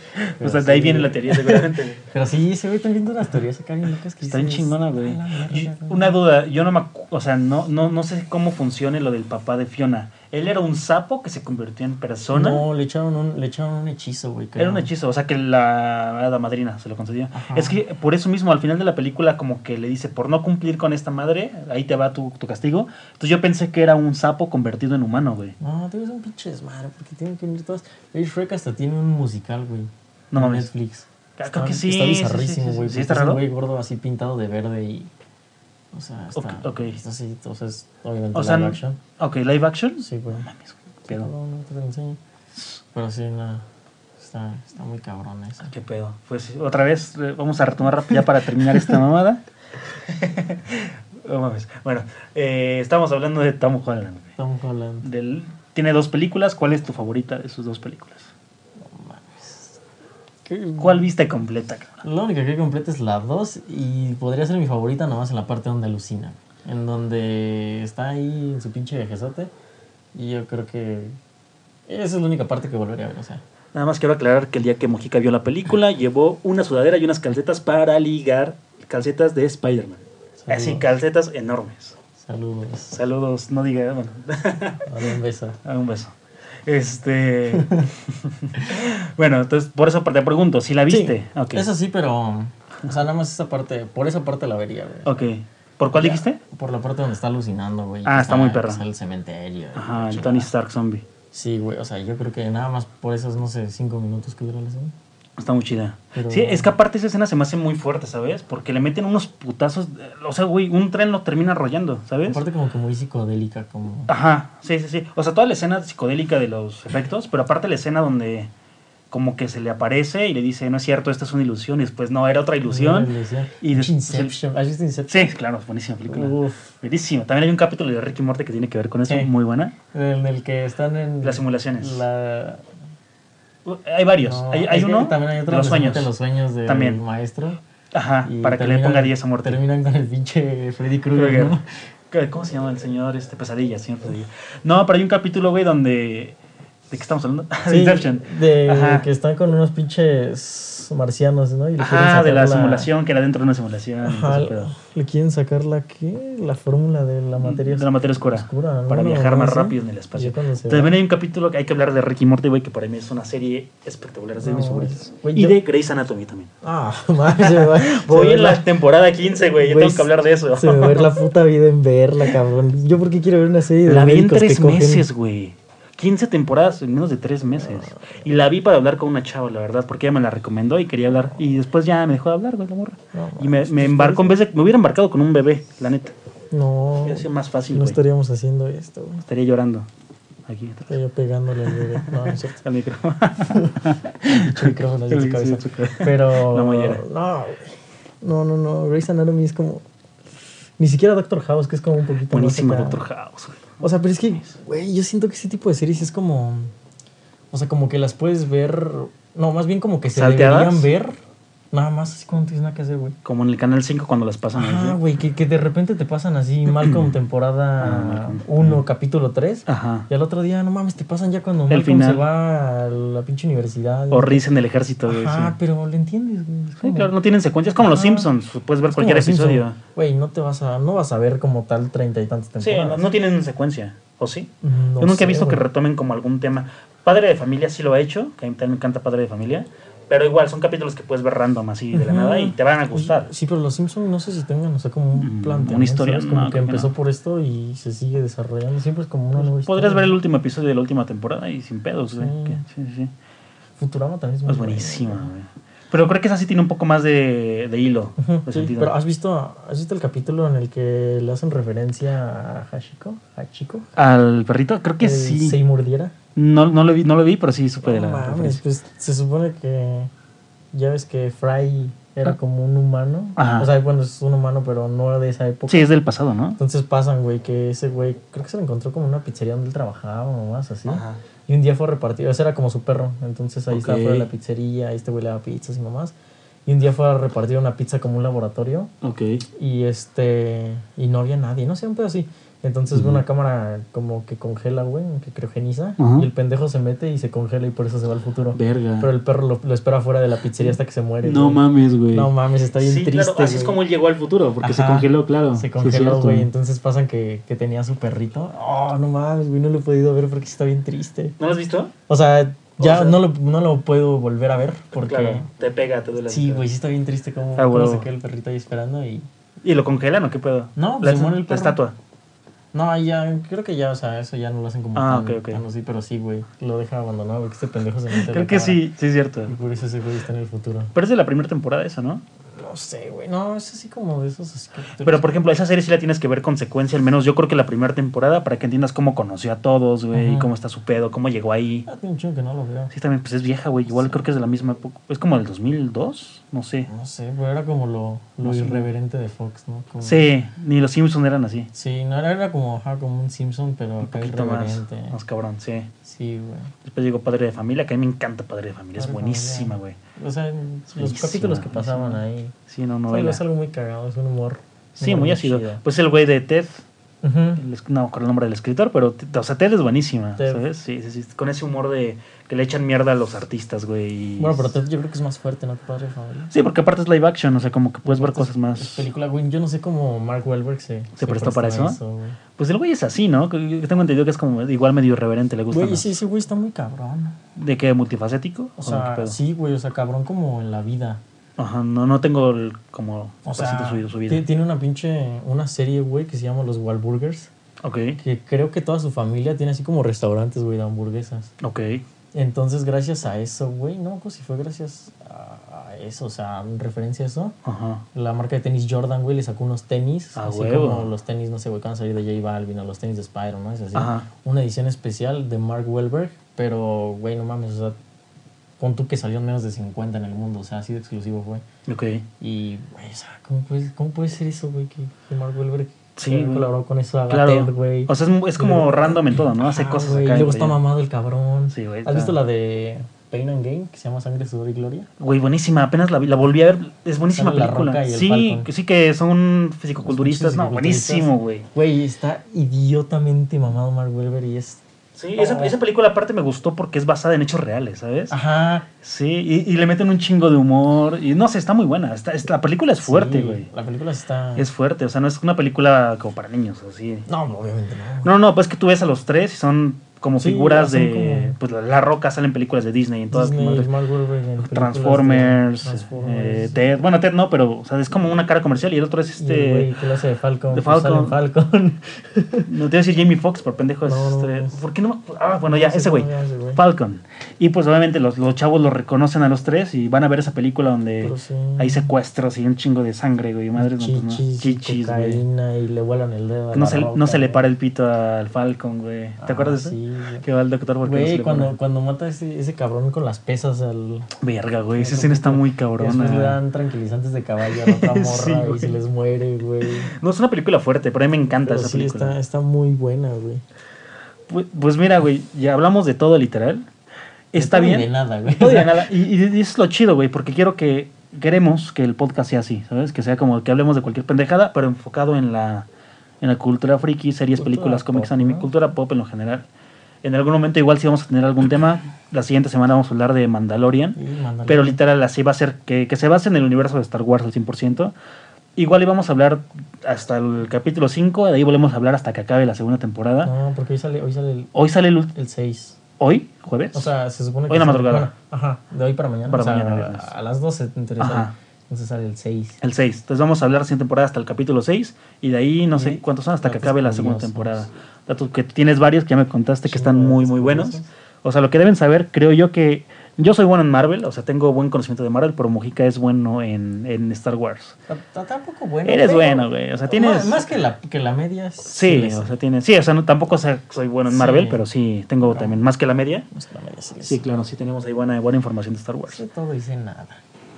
[SPEAKER 1] O sea, de ahí viene la teoría, seguramente.
[SPEAKER 2] Pero sí, ese güey también tiene unas teorías acá bien locas que
[SPEAKER 1] Está bien
[SPEAKER 2] dices,
[SPEAKER 1] chingona,
[SPEAKER 2] "A
[SPEAKER 1] güey.
[SPEAKER 2] la mierda,
[SPEAKER 1] Y
[SPEAKER 2] güey".
[SPEAKER 1] Una duda, yo no me acu- o sea, no, no, no sé cómo funcione lo del papá de Fiona. ¿Él era un sapo que se convirtió en persona?
[SPEAKER 2] No, le echaron un, le echaron un hechizo, güey. creo.
[SPEAKER 1] Era un hechizo, o sea que la hada madrina se lo concedió.
[SPEAKER 2] Ajá.
[SPEAKER 1] Es que por eso mismo al final de la película como que le dice, por no cumplir con esta madre, ahí te va tu, tu castigo. Entonces yo pensé que era un sapo convertido en humano, güey.
[SPEAKER 2] No, tú eres un pinche desmadre, porque tienen que unir todas. El Shrek hasta tiene un musical, güey.
[SPEAKER 1] No
[SPEAKER 2] en
[SPEAKER 1] mames.
[SPEAKER 2] Netflix.
[SPEAKER 1] Ah,
[SPEAKER 2] Está-
[SPEAKER 1] creo que sí,
[SPEAKER 2] Está
[SPEAKER 1] sí, sí, sí,
[SPEAKER 2] bizarrísimo,
[SPEAKER 1] sí,
[SPEAKER 2] güey.
[SPEAKER 1] sí,
[SPEAKER 2] porque
[SPEAKER 1] está
[SPEAKER 2] es un
[SPEAKER 1] raro.
[SPEAKER 2] güey gordo así pintado de verde y. O sea, está.
[SPEAKER 1] Ok, ok.
[SPEAKER 2] está así, o sea, es obviamente
[SPEAKER 1] O sea,
[SPEAKER 2] live action.
[SPEAKER 1] ok, live action.
[SPEAKER 2] Sí, güey.
[SPEAKER 1] No mames, güey, qué
[SPEAKER 2] Pero
[SPEAKER 1] pedo.
[SPEAKER 2] no, no te lo enseño. Pero sí, no. Está, está muy cabrón eso.
[SPEAKER 1] Qué pedo. Pues otra vez, eh, vamos a retomar rap- ya para terminar esta mamada. No mames. Bueno, eh, estamos hablando de Tom Holland. güey.
[SPEAKER 2] Tom Holland.
[SPEAKER 1] Del- tiene dos películas. ¿Cuál es tu favorita de sus dos películas?
[SPEAKER 2] No mames.
[SPEAKER 1] ¿Cuál viste completa, cabrón?
[SPEAKER 2] La única que completa es la 2 y podría ser mi favorita nomás en la parte donde alucina. En donde está ahí en su pinche viajezote. Y yo creo que esa es la única parte que volvería a ver. O sea,
[SPEAKER 1] Nada más quiero aclarar que el día que Mojica vio la película, llevó una sudadera y unas calcetas para ligar calcetas de Spider-Man. Así,
[SPEAKER 2] Saludos.
[SPEAKER 1] calcetas enormes.
[SPEAKER 2] saludos.
[SPEAKER 1] Saludos, no diga, bueno,
[SPEAKER 2] Dale un beso.
[SPEAKER 1] Ah, un beso. Este. bueno, entonces, por eso te pregunto, si la viste.
[SPEAKER 2] Sí,
[SPEAKER 1] ok.
[SPEAKER 2] Eso sí, pero. O sea, nada más esa parte. Por esa parte la vería, güey.
[SPEAKER 1] Ok. ¿Por cuál dijiste?
[SPEAKER 2] Por la parte donde está alucinando, güey.
[SPEAKER 1] Ah,
[SPEAKER 2] que
[SPEAKER 1] está muy perra.
[SPEAKER 2] que Está el cementerio. y
[SPEAKER 1] Ajá,
[SPEAKER 2] la
[SPEAKER 1] el
[SPEAKER 2] chingada.
[SPEAKER 1] Tony Stark Zombie.
[SPEAKER 2] Sí, güey, o sea, yo creo que nada más por esos, no sé, cinco minutos que dura la escena.
[SPEAKER 1] Está muy chida.
[SPEAKER 2] Pero-
[SPEAKER 1] Sí, es que aparte esa escena se me hace muy fuerte, ¿sabes? Porque le meten unos putazos. eh, O sea, güey, un tren lo termina arrollando, ¿sabes?
[SPEAKER 2] Aparte como que muy psicodélica, como...
[SPEAKER 1] Ajá, sí, sí, sí. O sea, toda la escena psicodélica de los efectos, pero aparte la escena donde como que se le aparece y le dice, no es cierto, esta es una ilusión, y después no, era otra
[SPEAKER 2] Una
[SPEAKER 1] ilusión.
[SPEAKER 2] ilusión.
[SPEAKER 1] Y des-
[SPEAKER 2] Inception. ¿Has visto Inception?
[SPEAKER 1] Sí, claro, buenísima película.
[SPEAKER 2] Uf.
[SPEAKER 1] Buenísima. También hay un capítulo de Ricky Morty que tiene que ver con eso,
[SPEAKER 2] Sí.
[SPEAKER 1] muy buena.
[SPEAKER 2] En el que están en...
[SPEAKER 1] Las simulaciones.
[SPEAKER 2] La...
[SPEAKER 1] Uh, Hay varios.
[SPEAKER 2] no,
[SPEAKER 1] hay
[SPEAKER 2] es
[SPEAKER 1] hay
[SPEAKER 2] que
[SPEAKER 1] uno,
[SPEAKER 2] También hay
[SPEAKER 1] de
[SPEAKER 2] otro
[SPEAKER 1] los
[SPEAKER 2] que se mete
[SPEAKER 1] sueños.
[SPEAKER 2] en los sueños del
[SPEAKER 1] También.
[SPEAKER 2] maestro.
[SPEAKER 1] Ajá,
[SPEAKER 2] y
[SPEAKER 1] para que le
[SPEAKER 2] terminan-
[SPEAKER 1] ponga 10 a muerte.
[SPEAKER 2] Terminan con el pinche Freddy Krueger,
[SPEAKER 1] Krueger.
[SPEAKER 2] ¿no?
[SPEAKER 1] ¿Qué- ¿Cómo se llama el señor? Este, pesadilla, señor Pesadilla. No, pero hay un capítulo, güey, donde... ¿De qué estamos hablando? de
[SPEAKER 2] Sí,
[SPEAKER 1] Inception.
[SPEAKER 2] De
[SPEAKER 1] Ajá.
[SPEAKER 2] que están con unos pinches marcianos, ¿no? Y le quieren
[SPEAKER 1] Ajá, de
[SPEAKER 2] sacar
[SPEAKER 1] la, simulación, que era dentro de una simulación. y todo
[SPEAKER 2] Ajá,
[SPEAKER 1] ese pedo.
[SPEAKER 2] le quieren sacar la qué? La fórmula de la materia.
[SPEAKER 1] de la materia oscura.
[SPEAKER 2] oscura, ¿no?
[SPEAKER 1] Para
[SPEAKER 2] Una
[SPEAKER 1] viajar
[SPEAKER 2] mamá
[SPEAKER 1] más
[SPEAKER 2] así.
[SPEAKER 1] rápido en el espacio.
[SPEAKER 2] Ya cuando se
[SPEAKER 1] También
[SPEAKER 2] va.
[SPEAKER 1] hay un capítulo que hay que hablar de Ricky Morty, güey, que para mí es una serie espectacular, es de
[SPEAKER 2] No,
[SPEAKER 1] mis favoritas.
[SPEAKER 2] güey,
[SPEAKER 1] y
[SPEAKER 2] yo-
[SPEAKER 1] de Grey's Anatomy también.
[SPEAKER 2] Ah, madre, se me va- se
[SPEAKER 4] Voy
[SPEAKER 2] me
[SPEAKER 4] en
[SPEAKER 2] va
[SPEAKER 4] la temporada 15, güey. Yo
[SPEAKER 2] Güey,
[SPEAKER 4] tengo que hablar de eso.
[SPEAKER 2] Se me va a ir la puta vida en verla, cabrón. Yo porque quiero ver una serie de
[SPEAKER 1] La vi en
[SPEAKER 2] médicos que
[SPEAKER 1] tres
[SPEAKER 2] cogen?
[SPEAKER 1] meses, güey. 15 temporadas en menos de tres meses. Y la vi para hablar con una chava, la verdad, porque ella me la recomendó y quería hablar. Y después ya me dejó de hablar, güey, la morra.
[SPEAKER 2] No,
[SPEAKER 1] y me, me embarcó, en vez de. Me hubiera embarcado con un bebé, la neta.
[SPEAKER 2] No,
[SPEAKER 1] Hubiera sido más fácil,
[SPEAKER 2] no
[SPEAKER 1] güey.
[SPEAKER 2] estaríamos haciendo esto, güey.
[SPEAKER 1] Estaría llorando. Aquí atrás.
[SPEAKER 2] Estaría pegándole al bebé. No, no es cierto.
[SPEAKER 1] Al micrófono.
[SPEAKER 2] Pinche micrófono así en su
[SPEAKER 1] Sí,
[SPEAKER 2] cabeza.
[SPEAKER 1] en su cabeza.
[SPEAKER 2] Pero.
[SPEAKER 1] La mollera.
[SPEAKER 2] No, güey. no, no, no. Grey's Anatomy es como. Ni siquiera Doctor House, que es como un poquito. más
[SPEAKER 1] Buenísima,
[SPEAKER 2] acá.
[SPEAKER 1] Doctor House, güey.
[SPEAKER 2] O sea, pero es que, güey, yo siento que ese tipo de series es como. O sea, como que las puedes ver. No, más bien como que se
[SPEAKER 1] ¿Salteadas?
[SPEAKER 2] deberían ver. Nada más así como no tienes nada que hacer, güey.
[SPEAKER 1] Como en el Canal 5 cuando las pasan.
[SPEAKER 2] Ah,
[SPEAKER 1] ahí, ¿sí?
[SPEAKER 2] güey, que, que de repente te pasan así Malcolm
[SPEAKER 1] Ah,
[SPEAKER 2] temporada
[SPEAKER 1] Malcolm.
[SPEAKER 2] 1, capítulo 3.
[SPEAKER 1] Ajá.
[SPEAKER 2] Y al otro día, no mames, te pasan ya cuando
[SPEAKER 1] El
[SPEAKER 2] Malcolm
[SPEAKER 1] final.
[SPEAKER 2] se va a la pinche universidad.
[SPEAKER 1] O Riz en el ejército, güey.
[SPEAKER 2] Ajá,
[SPEAKER 1] sí.
[SPEAKER 2] pero le entiendes, güey. Es
[SPEAKER 1] Sí,
[SPEAKER 2] como-
[SPEAKER 1] claro, no tienen secuencias. Es como los
[SPEAKER 2] Ajá.
[SPEAKER 1] Simpsons. Puedes ver
[SPEAKER 2] es como
[SPEAKER 1] cualquier
[SPEAKER 2] Los Simpson.
[SPEAKER 1] episodio.
[SPEAKER 2] Güey, no te vas a, no vas a ver como tal treinta y tantas
[SPEAKER 1] Sí,
[SPEAKER 2] temporadas.
[SPEAKER 1] no, no tienen secuencia. ¿O sí?
[SPEAKER 2] Mm, no
[SPEAKER 1] Yo nunca
[SPEAKER 2] sé,
[SPEAKER 1] he visto que
[SPEAKER 2] güey.
[SPEAKER 1] retomen como algún tema. Padre de familia sí lo ha hecho, que a mí también me encanta Padre de familia. Pero igual, son capítulos que puedes ver random así de la
[SPEAKER 2] Ujú.
[SPEAKER 1] nada y te van a gustar.
[SPEAKER 2] Sí, pero los Simpsons no sé si tengan, o sea, como un
[SPEAKER 1] Mm,
[SPEAKER 2] planteamiento.
[SPEAKER 1] una historia,
[SPEAKER 2] ¿sabes? Como
[SPEAKER 1] no,
[SPEAKER 2] que
[SPEAKER 1] creo que
[SPEAKER 2] empezó
[SPEAKER 1] no. Pues,
[SPEAKER 2] por esto y se sigue desarrollando. Siempre es como una nueva historia.
[SPEAKER 1] Podrías ver el último episodio de la última temporada y sin pedos, güey.
[SPEAKER 2] Sí.
[SPEAKER 1] Que- Sí, sí, sí.
[SPEAKER 2] Futurama también es, muy
[SPEAKER 1] Es buenísima, güey. Pero creo que esa sí tiene un poco más de, de hilo.
[SPEAKER 2] bueno. Ujú,
[SPEAKER 1] de
[SPEAKER 2] sí,
[SPEAKER 1] sentido.
[SPEAKER 2] pero ah, ¿has visto, ¿has visto el capítulo en el que le hacen referencia a Hashiko? ¿Hachiko?
[SPEAKER 1] Al perrito, creo que
[SPEAKER 2] El
[SPEAKER 1] sí.
[SPEAKER 2] Se mordiera.
[SPEAKER 1] No, no, lo vi, no lo vi, pero sí supe de
[SPEAKER 2] eh, No
[SPEAKER 1] la
[SPEAKER 2] mames,
[SPEAKER 1] referencia.
[SPEAKER 2] pues se supone que ya ves que Fry era como un humano.
[SPEAKER 1] Ah. Ajá.
[SPEAKER 2] O sea, bueno, es un humano, pero no de esa época.
[SPEAKER 1] Sí, es del pasado, ¿no?
[SPEAKER 2] Entonces pasan, güey, que ese güey, creo que se lo encontró como en una pizzería donde él trabajaba o más así. Y un día fue repartido, ese era como su perro. Entonces ahí estaba
[SPEAKER 1] Ok.
[SPEAKER 2] fuera de la pizzería, ahí este güey le daba pizzas y mamás. Y un día fue a repartir una pizza como un laboratorio.
[SPEAKER 1] Ok.
[SPEAKER 2] Y este. Y no había nadie, no sé, un pedo así. Entonces ve una cámara como que congela, güey, que criogeniza.
[SPEAKER 1] Ajá.
[SPEAKER 2] Y el pendejo se mete y se congela y por eso se va al futuro.
[SPEAKER 1] Verga.
[SPEAKER 2] Pero el perro lo, lo espera fuera de la pizzería hasta que se muere. güey.
[SPEAKER 1] mames, güey.
[SPEAKER 2] No mames, está bien
[SPEAKER 4] Sí,
[SPEAKER 2] triste.
[SPEAKER 4] claro, así es
[SPEAKER 2] güey.
[SPEAKER 4] como él llegó al futuro.
[SPEAKER 1] porque se
[SPEAKER 2] Ajá.
[SPEAKER 1] congeló, claro. Sí,
[SPEAKER 2] Se
[SPEAKER 1] es cierto.
[SPEAKER 2] congeló, güey. Entonces pasan que, que tenía su perrito. Oh, no mames, güey. No lo he podido ver porque está bien triste.
[SPEAKER 4] ¿No lo has visto?
[SPEAKER 2] O sea, ya
[SPEAKER 4] O sea-
[SPEAKER 2] no, lo, no lo puedo volver a ver porque.
[SPEAKER 4] Claro. Te pega, te duele.
[SPEAKER 2] Sí, güey, sí está bien triste como
[SPEAKER 1] Ah, huevo.
[SPEAKER 2] se queda el perrito ahí esperando y.
[SPEAKER 1] ¿Y lo congelan o qué pedo?
[SPEAKER 2] No,
[SPEAKER 1] la,
[SPEAKER 2] se muere el
[SPEAKER 1] la
[SPEAKER 2] perro.
[SPEAKER 1] estatua.
[SPEAKER 2] No, ya, creo que ya, o sea, eso ya no lo hacen como.
[SPEAKER 1] Ah,
[SPEAKER 2] tan-
[SPEAKER 1] ok, ok.
[SPEAKER 2] tan así, pero sí, güey. Lo deja abandonado porque este pendejo se mete. en la
[SPEAKER 1] Creo que
[SPEAKER 2] cámara.
[SPEAKER 1] sí, sí es cierto.
[SPEAKER 2] Y por eso ese güey está en el futuro.
[SPEAKER 1] Pero es de la primera temporada eso, ¿no?
[SPEAKER 2] No sé, güey. No, es así como de esos aspectos.
[SPEAKER 1] Pero por ejemplo, esa serie sí la tienes que ver con secuencia, al menos yo creo que la primera temporada, para que entiendas cómo conoció a todos, güey,
[SPEAKER 2] Ajá.
[SPEAKER 1] cómo está su pedo, cómo llegó ahí.
[SPEAKER 2] Ah, tiene un chingo que no lo veo.
[SPEAKER 1] Sí, también, pues es vieja, güey. Igual creo que es de la misma época. Es como del 2002, no sé.
[SPEAKER 2] No sé, pero era como lo, lo
[SPEAKER 1] No sé.
[SPEAKER 2] irreverente de Fox, ¿no? Como-
[SPEAKER 1] Sí, ni los Simpson eran así.
[SPEAKER 2] Sí, no era, era como, ajá, como un Simpson, pero
[SPEAKER 1] Un
[SPEAKER 2] acá
[SPEAKER 1] poquito más,
[SPEAKER 2] irreverente.
[SPEAKER 1] más cabrón, sí.
[SPEAKER 2] Sí, güey.
[SPEAKER 1] Después llegó Padre de Familia, que a mí me encanta Padre de Familia, es
[SPEAKER 2] Padre de
[SPEAKER 1] buenísima,
[SPEAKER 2] Familia.
[SPEAKER 1] güey.
[SPEAKER 2] O sea, en los
[SPEAKER 1] Buenísima,
[SPEAKER 2] capítulos que pasaban
[SPEAKER 1] buenísima.
[SPEAKER 2] ahí.
[SPEAKER 1] Sí, no,
[SPEAKER 2] O sea,
[SPEAKER 1] novela.
[SPEAKER 2] es algo muy cagado, es un humor.
[SPEAKER 1] Sí, muy ácido.
[SPEAKER 2] chido.
[SPEAKER 1] Pues el güey de Ted,
[SPEAKER 2] Ujú.
[SPEAKER 1] el es- no con el nombre del escritor, pero t- o sea, Ted es buenísima,
[SPEAKER 2] Ted.
[SPEAKER 1] ¿sabes? Sí, sí, sí, con ese humor de que le echan mierda a los artistas, güey. y-
[SPEAKER 2] Bueno, pero Ted yo creo que es más fuerte, ¿no? Que Padre de Familia.
[SPEAKER 1] Sí, porque aparte es live action, o sea, como que puedes ver
[SPEAKER 2] Aparte es-
[SPEAKER 1] cosas
[SPEAKER 2] es
[SPEAKER 1] más.
[SPEAKER 2] película, güey. Yo no sé cómo Mark Wahlberg se.
[SPEAKER 1] ¿Se prestó para eso?
[SPEAKER 2] güey.
[SPEAKER 1] Pues el güey es así, ¿no? Que- que tengo entendido que es como igual medio irreverente, le gusta.
[SPEAKER 2] Güey,
[SPEAKER 1] ¿no?
[SPEAKER 2] sí, ese güey está muy cabrón.
[SPEAKER 1] ¿De qué? ¿Multifacético? ¿qué
[SPEAKER 2] O sea,
[SPEAKER 1] pedo?
[SPEAKER 2] sí, güey, o sea, cabrón como en la vida.
[SPEAKER 1] Ajá, no, no tengo el- como
[SPEAKER 2] O
[SPEAKER 1] presente
[SPEAKER 2] sea,
[SPEAKER 1] su, su vida.
[SPEAKER 2] ti- tiene una pinche, una serie, güey, que se llama Los Wahlburgers.
[SPEAKER 1] Ok,
[SPEAKER 2] que creo que toda su familia tiene así como restaurantes, güey, de hamburguesas.
[SPEAKER 1] ok.
[SPEAKER 2] Entonces, gracias a eso, güey, no me acuerdo si fue gracias a, a eso, o sea, en referencia a eso,
[SPEAKER 1] Ajá.
[SPEAKER 2] la marca de tenis Jordan, güey, le sacó unos tenis,
[SPEAKER 1] Ah,
[SPEAKER 2] así
[SPEAKER 1] huevo.
[SPEAKER 2] como los tenis, no sé, güey, que van a salir de J Balvin o los tenis de Spyro, ¿no? Es así.
[SPEAKER 1] Ajá.
[SPEAKER 2] Una edición especial de Mark Wahlberg, pero, güey, no mames, o sea, pon tú que salió en menos de 50 en el mundo, o sea, así de exclusivo fue.
[SPEAKER 1] Ok.
[SPEAKER 2] Y, güey, o sea, ¿cómo puede, cómo puede ser eso, güey, que, que Mark Wahlberg
[SPEAKER 1] Sí,
[SPEAKER 2] que
[SPEAKER 1] güey.
[SPEAKER 2] colaboró con eso a
[SPEAKER 1] Claro.
[SPEAKER 2] Gatel, güey?
[SPEAKER 1] O sea, es, es como random en todo, ¿no? Hace
[SPEAKER 2] Ah,
[SPEAKER 1] cosas
[SPEAKER 2] güey,
[SPEAKER 1] acá.
[SPEAKER 2] y luego
[SPEAKER 1] güey.
[SPEAKER 2] está mamado el cabrón.
[SPEAKER 1] Sí, güey,
[SPEAKER 2] ¿Has
[SPEAKER 1] está-
[SPEAKER 2] visto la de Pain and Gain que se llama Sangre, Sudor y Gloria?
[SPEAKER 1] Güey, buenísima, apenas la, vi- la volví a ver. Es buenísima
[SPEAKER 2] Sale La
[SPEAKER 1] película.
[SPEAKER 2] Roca y el
[SPEAKER 1] sí,
[SPEAKER 2] Falcon.
[SPEAKER 1] que sí que son fisicoculturistas.
[SPEAKER 2] Son
[SPEAKER 1] No, buenísimo, güey.
[SPEAKER 2] Güey, está idiotamente mamado Mark Wahlberg y es.
[SPEAKER 5] Sí,
[SPEAKER 1] Y esa, esa película aparte me gustó porque es basada en hechos reales, ¿sabes?
[SPEAKER 2] Ajá.
[SPEAKER 1] Sí, y, y le meten un chingo de humor. Y no sé, está muy buena. Está, está- la película es fuerte,
[SPEAKER 2] Sí,
[SPEAKER 1] güey.
[SPEAKER 2] La película está.
[SPEAKER 1] Es fuerte, o sea, no es una película como para niños, así.
[SPEAKER 2] No, obviamente no.
[SPEAKER 1] No, no, pues que tú ves a los tres y son como
[SPEAKER 2] Sí,
[SPEAKER 1] figuras
[SPEAKER 2] son
[SPEAKER 1] de.
[SPEAKER 2] como-
[SPEAKER 1] Pues la, la roca salen películas de Disney en todas
[SPEAKER 2] Disney,
[SPEAKER 1] madres.
[SPEAKER 2] Mark Wahlberg en películas de
[SPEAKER 1] Transformers, eh,
[SPEAKER 2] Transformers.
[SPEAKER 1] Ted. Bueno, Ted no, pero o sea, es como una cara comercial y el otro es
[SPEAKER 2] Y el güey
[SPEAKER 1] este.
[SPEAKER 2] que lo hace de Falcon.
[SPEAKER 1] de
[SPEAKER 2] pues, sale en Falcon.
[SPEAKER 1] No te voy a decir Jamie Foxx, por pendejo. es
[SPEAKER 2] No, no,
[SPEAKER 1] este-
[SPEAKER 2] no.
[SPEAKER 1] ¿Por qué no? Ah, bueno, ya,
[SPEAKER 2] No sé
[SPEAKER 1] ese
[SPEAKER 2] cómo
[SPEAKER 1] güey.
[SPEAKER 2] llama ese güey.
[SPEAKER 1] Falcon. Y pues obviamente los, los chavos lo reconocen a los tres y van a ver esa película donde
[SPEAKER 2] Pero Pues sí.
[SPEAKER 1] hay secuestros y un chingo de sangre, güey. Madre, no, pues, no.
[SPEAKER 2] Chichis,
[SPEAKER 1] Chichis, güey.
[SPEAKER 2] cocaína y le vuelan el dedo. a
[SPEAKER 1] No
[SPEAKER 2] la
[SPEAKER 1] se, no
[SPEAKER 2] roca,
[SPEAKER 1] se le
[SPEAKER 2] güey.
[SPEAKER 1] para el pito al Falcon, güey. ¿Te
[SPEAKER 2] Ah,
[SPEAKER 1] acuerdas de eso?
[SPEAKER 2] Sí, güey.
[SPEAKER 1] Que va el doctor porque no se
[SPEAKER 2] Güey,
[SPEAKER 1] le
[SPEAKER 2] cuando,
[SPEAKER 1] para.
[SPEAKER 2] cuando mata ese, ese cabrón con las pesas al.
[SPEAKER 1] Verga, güey. Esa escena está muy
[SPEAKER 2] Después le
[SPEAKER 1] cabrona.
[SPEAKER 2] dan tranquilizantes de caballo a la otra morra
[SPEAKER 1] Sí, güey.
[SPEAKER 2] y se les muere, güey.
[SPEAKER 1] No, es una película fuerte, pero a mí me encanta
[SPEAKER 2] Pero
[SPEAKER 1] esa
[SPEAKER 2] sí,
[SPEAKER 1] película.
[SPEAKER 2] está, está muy buena, güey.
[SPEAKER 1] Pues, pues mira, güey, ya hablamos de todo literal. Está
[SPEAKER 2] No te
[SPEAKER 1] bien.
[SPEAKER 2] De nada, güey.
[SPEAKER 1] No diga nada. Y, y eso es lo chido, güey, porque quiero que queremos que el podcast sea así, ¿sabes? Que sea como que hablemos de cualquier pendejada, pero enfocado en la, en la cultura friki, series,
[SPEAKER 2] Cultura
[SPEAKER 1] películas, cómics,
[SPEAKER 2] pop,
[SPEAKER 1] anime,
[SPEAKER 2] ¿no?
[SPEAKER 1] cultura pop en lo general. En algún momento igual si vamos a tener algún tema, la siguiente semana vamos a hablar de Mandalorian,
[SPEAKER 2] Y mándale.
[SPEAKER 1] pero literal así va a ser, que, que se base en el universo de Star Wars al 100%. Igual íbamos a hablar hasta el capítulo 5, de ahí volvemos a hablar hasta que acabe la segunda temporada.
[SPEAKER 2] No, porque hoy sale, hoy sale el,
[SPEAKER 1] Hoy sale el ult-
[SPEAKER 2] el 6.
[SPEAKER 1] ¿Hoy? ¿Jueves?
[SPEAKER 2] O sea, se supone que.
[SPEAKER 1] Hoy en la
[SPEAKER 2] sale-
[SPEAKER 1] madrugada.
[SPEAKER 2] bueno, ajá, de hoy para mañana.
[SPEAKER 1] Para
[SPEAKER 2] o sea,
[SPEAKER 1] mañana,
[SPEAKER 2] a-
[SPEAKER 1] viernes.
[SPEAKER 2] a, las 12 te interesa.
[SPEAKER 1] Ajá.
[SPEAKER 2] Entonces sale el 6.
[SPEAKER 1] El 6. Entonces vamos a hablar sin temporada hasta el capítulo 6 y de ahí no sé
[SPEAKER 2] Sí.
[SPEAKER 1] cuántos son hasta que
[SPEAKER 2] Datos
[SPEAKER 1] acabe la segunda
[SPEAKER 2] curiosos.
[SPEAKER 1] temporada. Datos que tienes varios que ya me contaste que
[SPEAKER 2] Sí,
[SPEAKER 1] están muy
[SPEAKER 2] datos
[SPEAKER 1] muy buenos.
[SPEAKER 2] curiosos.
[SPEAKER 1] O sea, lo que deben saber, creo yo que yo soy bueno en Marvel, o sea, tengo buen conocimiento de Marvel, pero Mojica es bueno en, en Star Wars.
[SPEAKER 2] Tampoco bueno.
[SPEAKER 1] Eres
[SPEAKER 2] pero-
[SPEAKER 1] bueno, güey. O sea,
[SPEAKER 2] Más,
[SPEAKER 1] tienes...
[SPEAKER 2] más que, la, que la media.
[SPEAKER 1] sí,
[SPEAKER 2] le
[SPEAKER 1] o sea,
[SPEAKER 2] sé.
[SPEAKER 1] tienes... Sí, o sea, no, tampoco sé- soy bueno en
[SPEAKER 2] Sí.
[SPEAKER 1] Marvel, pero sí, tengo también más que la media.
[SPEAKER 2] Más que la media sí le
[SPEAKER 1] Sí,
[SPEAKER 2] sé.
[SPEAKER 1] claro, sí tenemos ahí buena, buena información de Star Wars.
[SPEAKER 2] Sé todo y sé nada.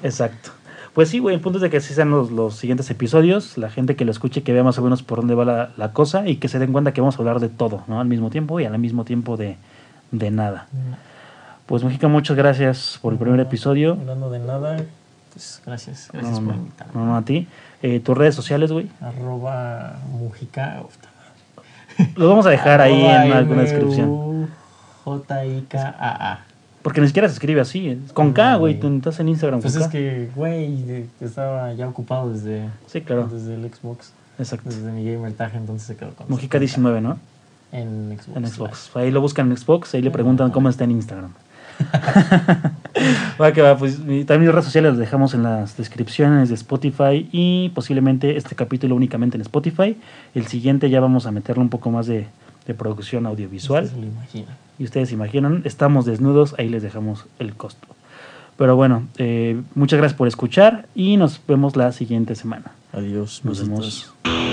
[SPEAKER 1] Exacto. Pues sí, güey, el punto es de que así sean los, los siguientes episodios, la gente que lo escuche, que vea más o menos por dónde va la, la cosa y que se den cuenta que vamos a hablar de todo, ¿no? Al mismo tiempo y al mismo tiempo de, de nada. Pues, Mujica, muchas gracias por el primer episodio.
[SPEAKER 2] Hablando de nada, pues gracias. Gracias
[SPEAKER 1] No,
[SPEAKER 2] por
[SPEAKER 1] no,
[SPEAKER 2] invitarme.
[SPEAKER 1] no, no, a ti. Eh, Tus redes sociales, güey.
[SPEAKER 2] Arroba Mujica. uf, ta madre.
[SPEAKER 1] Los vamos a dejar ahí
[SPEAKER 2] Arroba
[SPEAKER 1] en alguna
[SPEAKER 2] M U
[SPEAKER 1] descripción.
[SPEAKER 2] J-I-K-A-A.
[SPEAKER 1] Porque ni siquiera se escribe así. eh. Con K,
[SPEAKER 2] No,
[SPEAKER 1] güey,
[SPEAKER 2] güey.
[SPEAKER 1] tú estás en Instagram.
[SPEAKER 2] Pues
[SPEAKER 1] con
[SPEAKER 2] es
[SPEAKER 1] K.
[SPEAKER 2] que, güey, de- estaba ya ocupado desde,
[SPEAKER 1] Sí, claro.
[SPEAKER 2] desde el Xbox,
[SPEAKER 1] Exacto.
[SPEAKER 2] desde mi gamertag, entonces se quedó con.
[SPEAKER 1] Mujica 19, ¿no?
[SPEAKER 2] En Xbox.
[SPEAKER 1] En Xbox. Ahí lo buscan en Xbox, ahí le preguntan cómo está en Instagram. va que va, pues mi- también mis redes sociales las dejamos en las descripciones de Spotify y posiblemente este capítulo únicamente en Spotify. El siguiente ya vamos a meterle un poco más de, de producción audiovisual.
[SPEAKER 2] Ustedes se lo imaginan.
[SPEAKER 1] Y ustedes se imaginan, estamos desnudos, ahí les dejamos el costo. Pero bueno, eh, muchas gracias por escuchar y nos vemos la siguiente semana.
[SPEAKER 2] Adiós.
[SPEAKER 1] Nos
[SPEAKER 2] besitos.
[SPEAKER 1] vemos.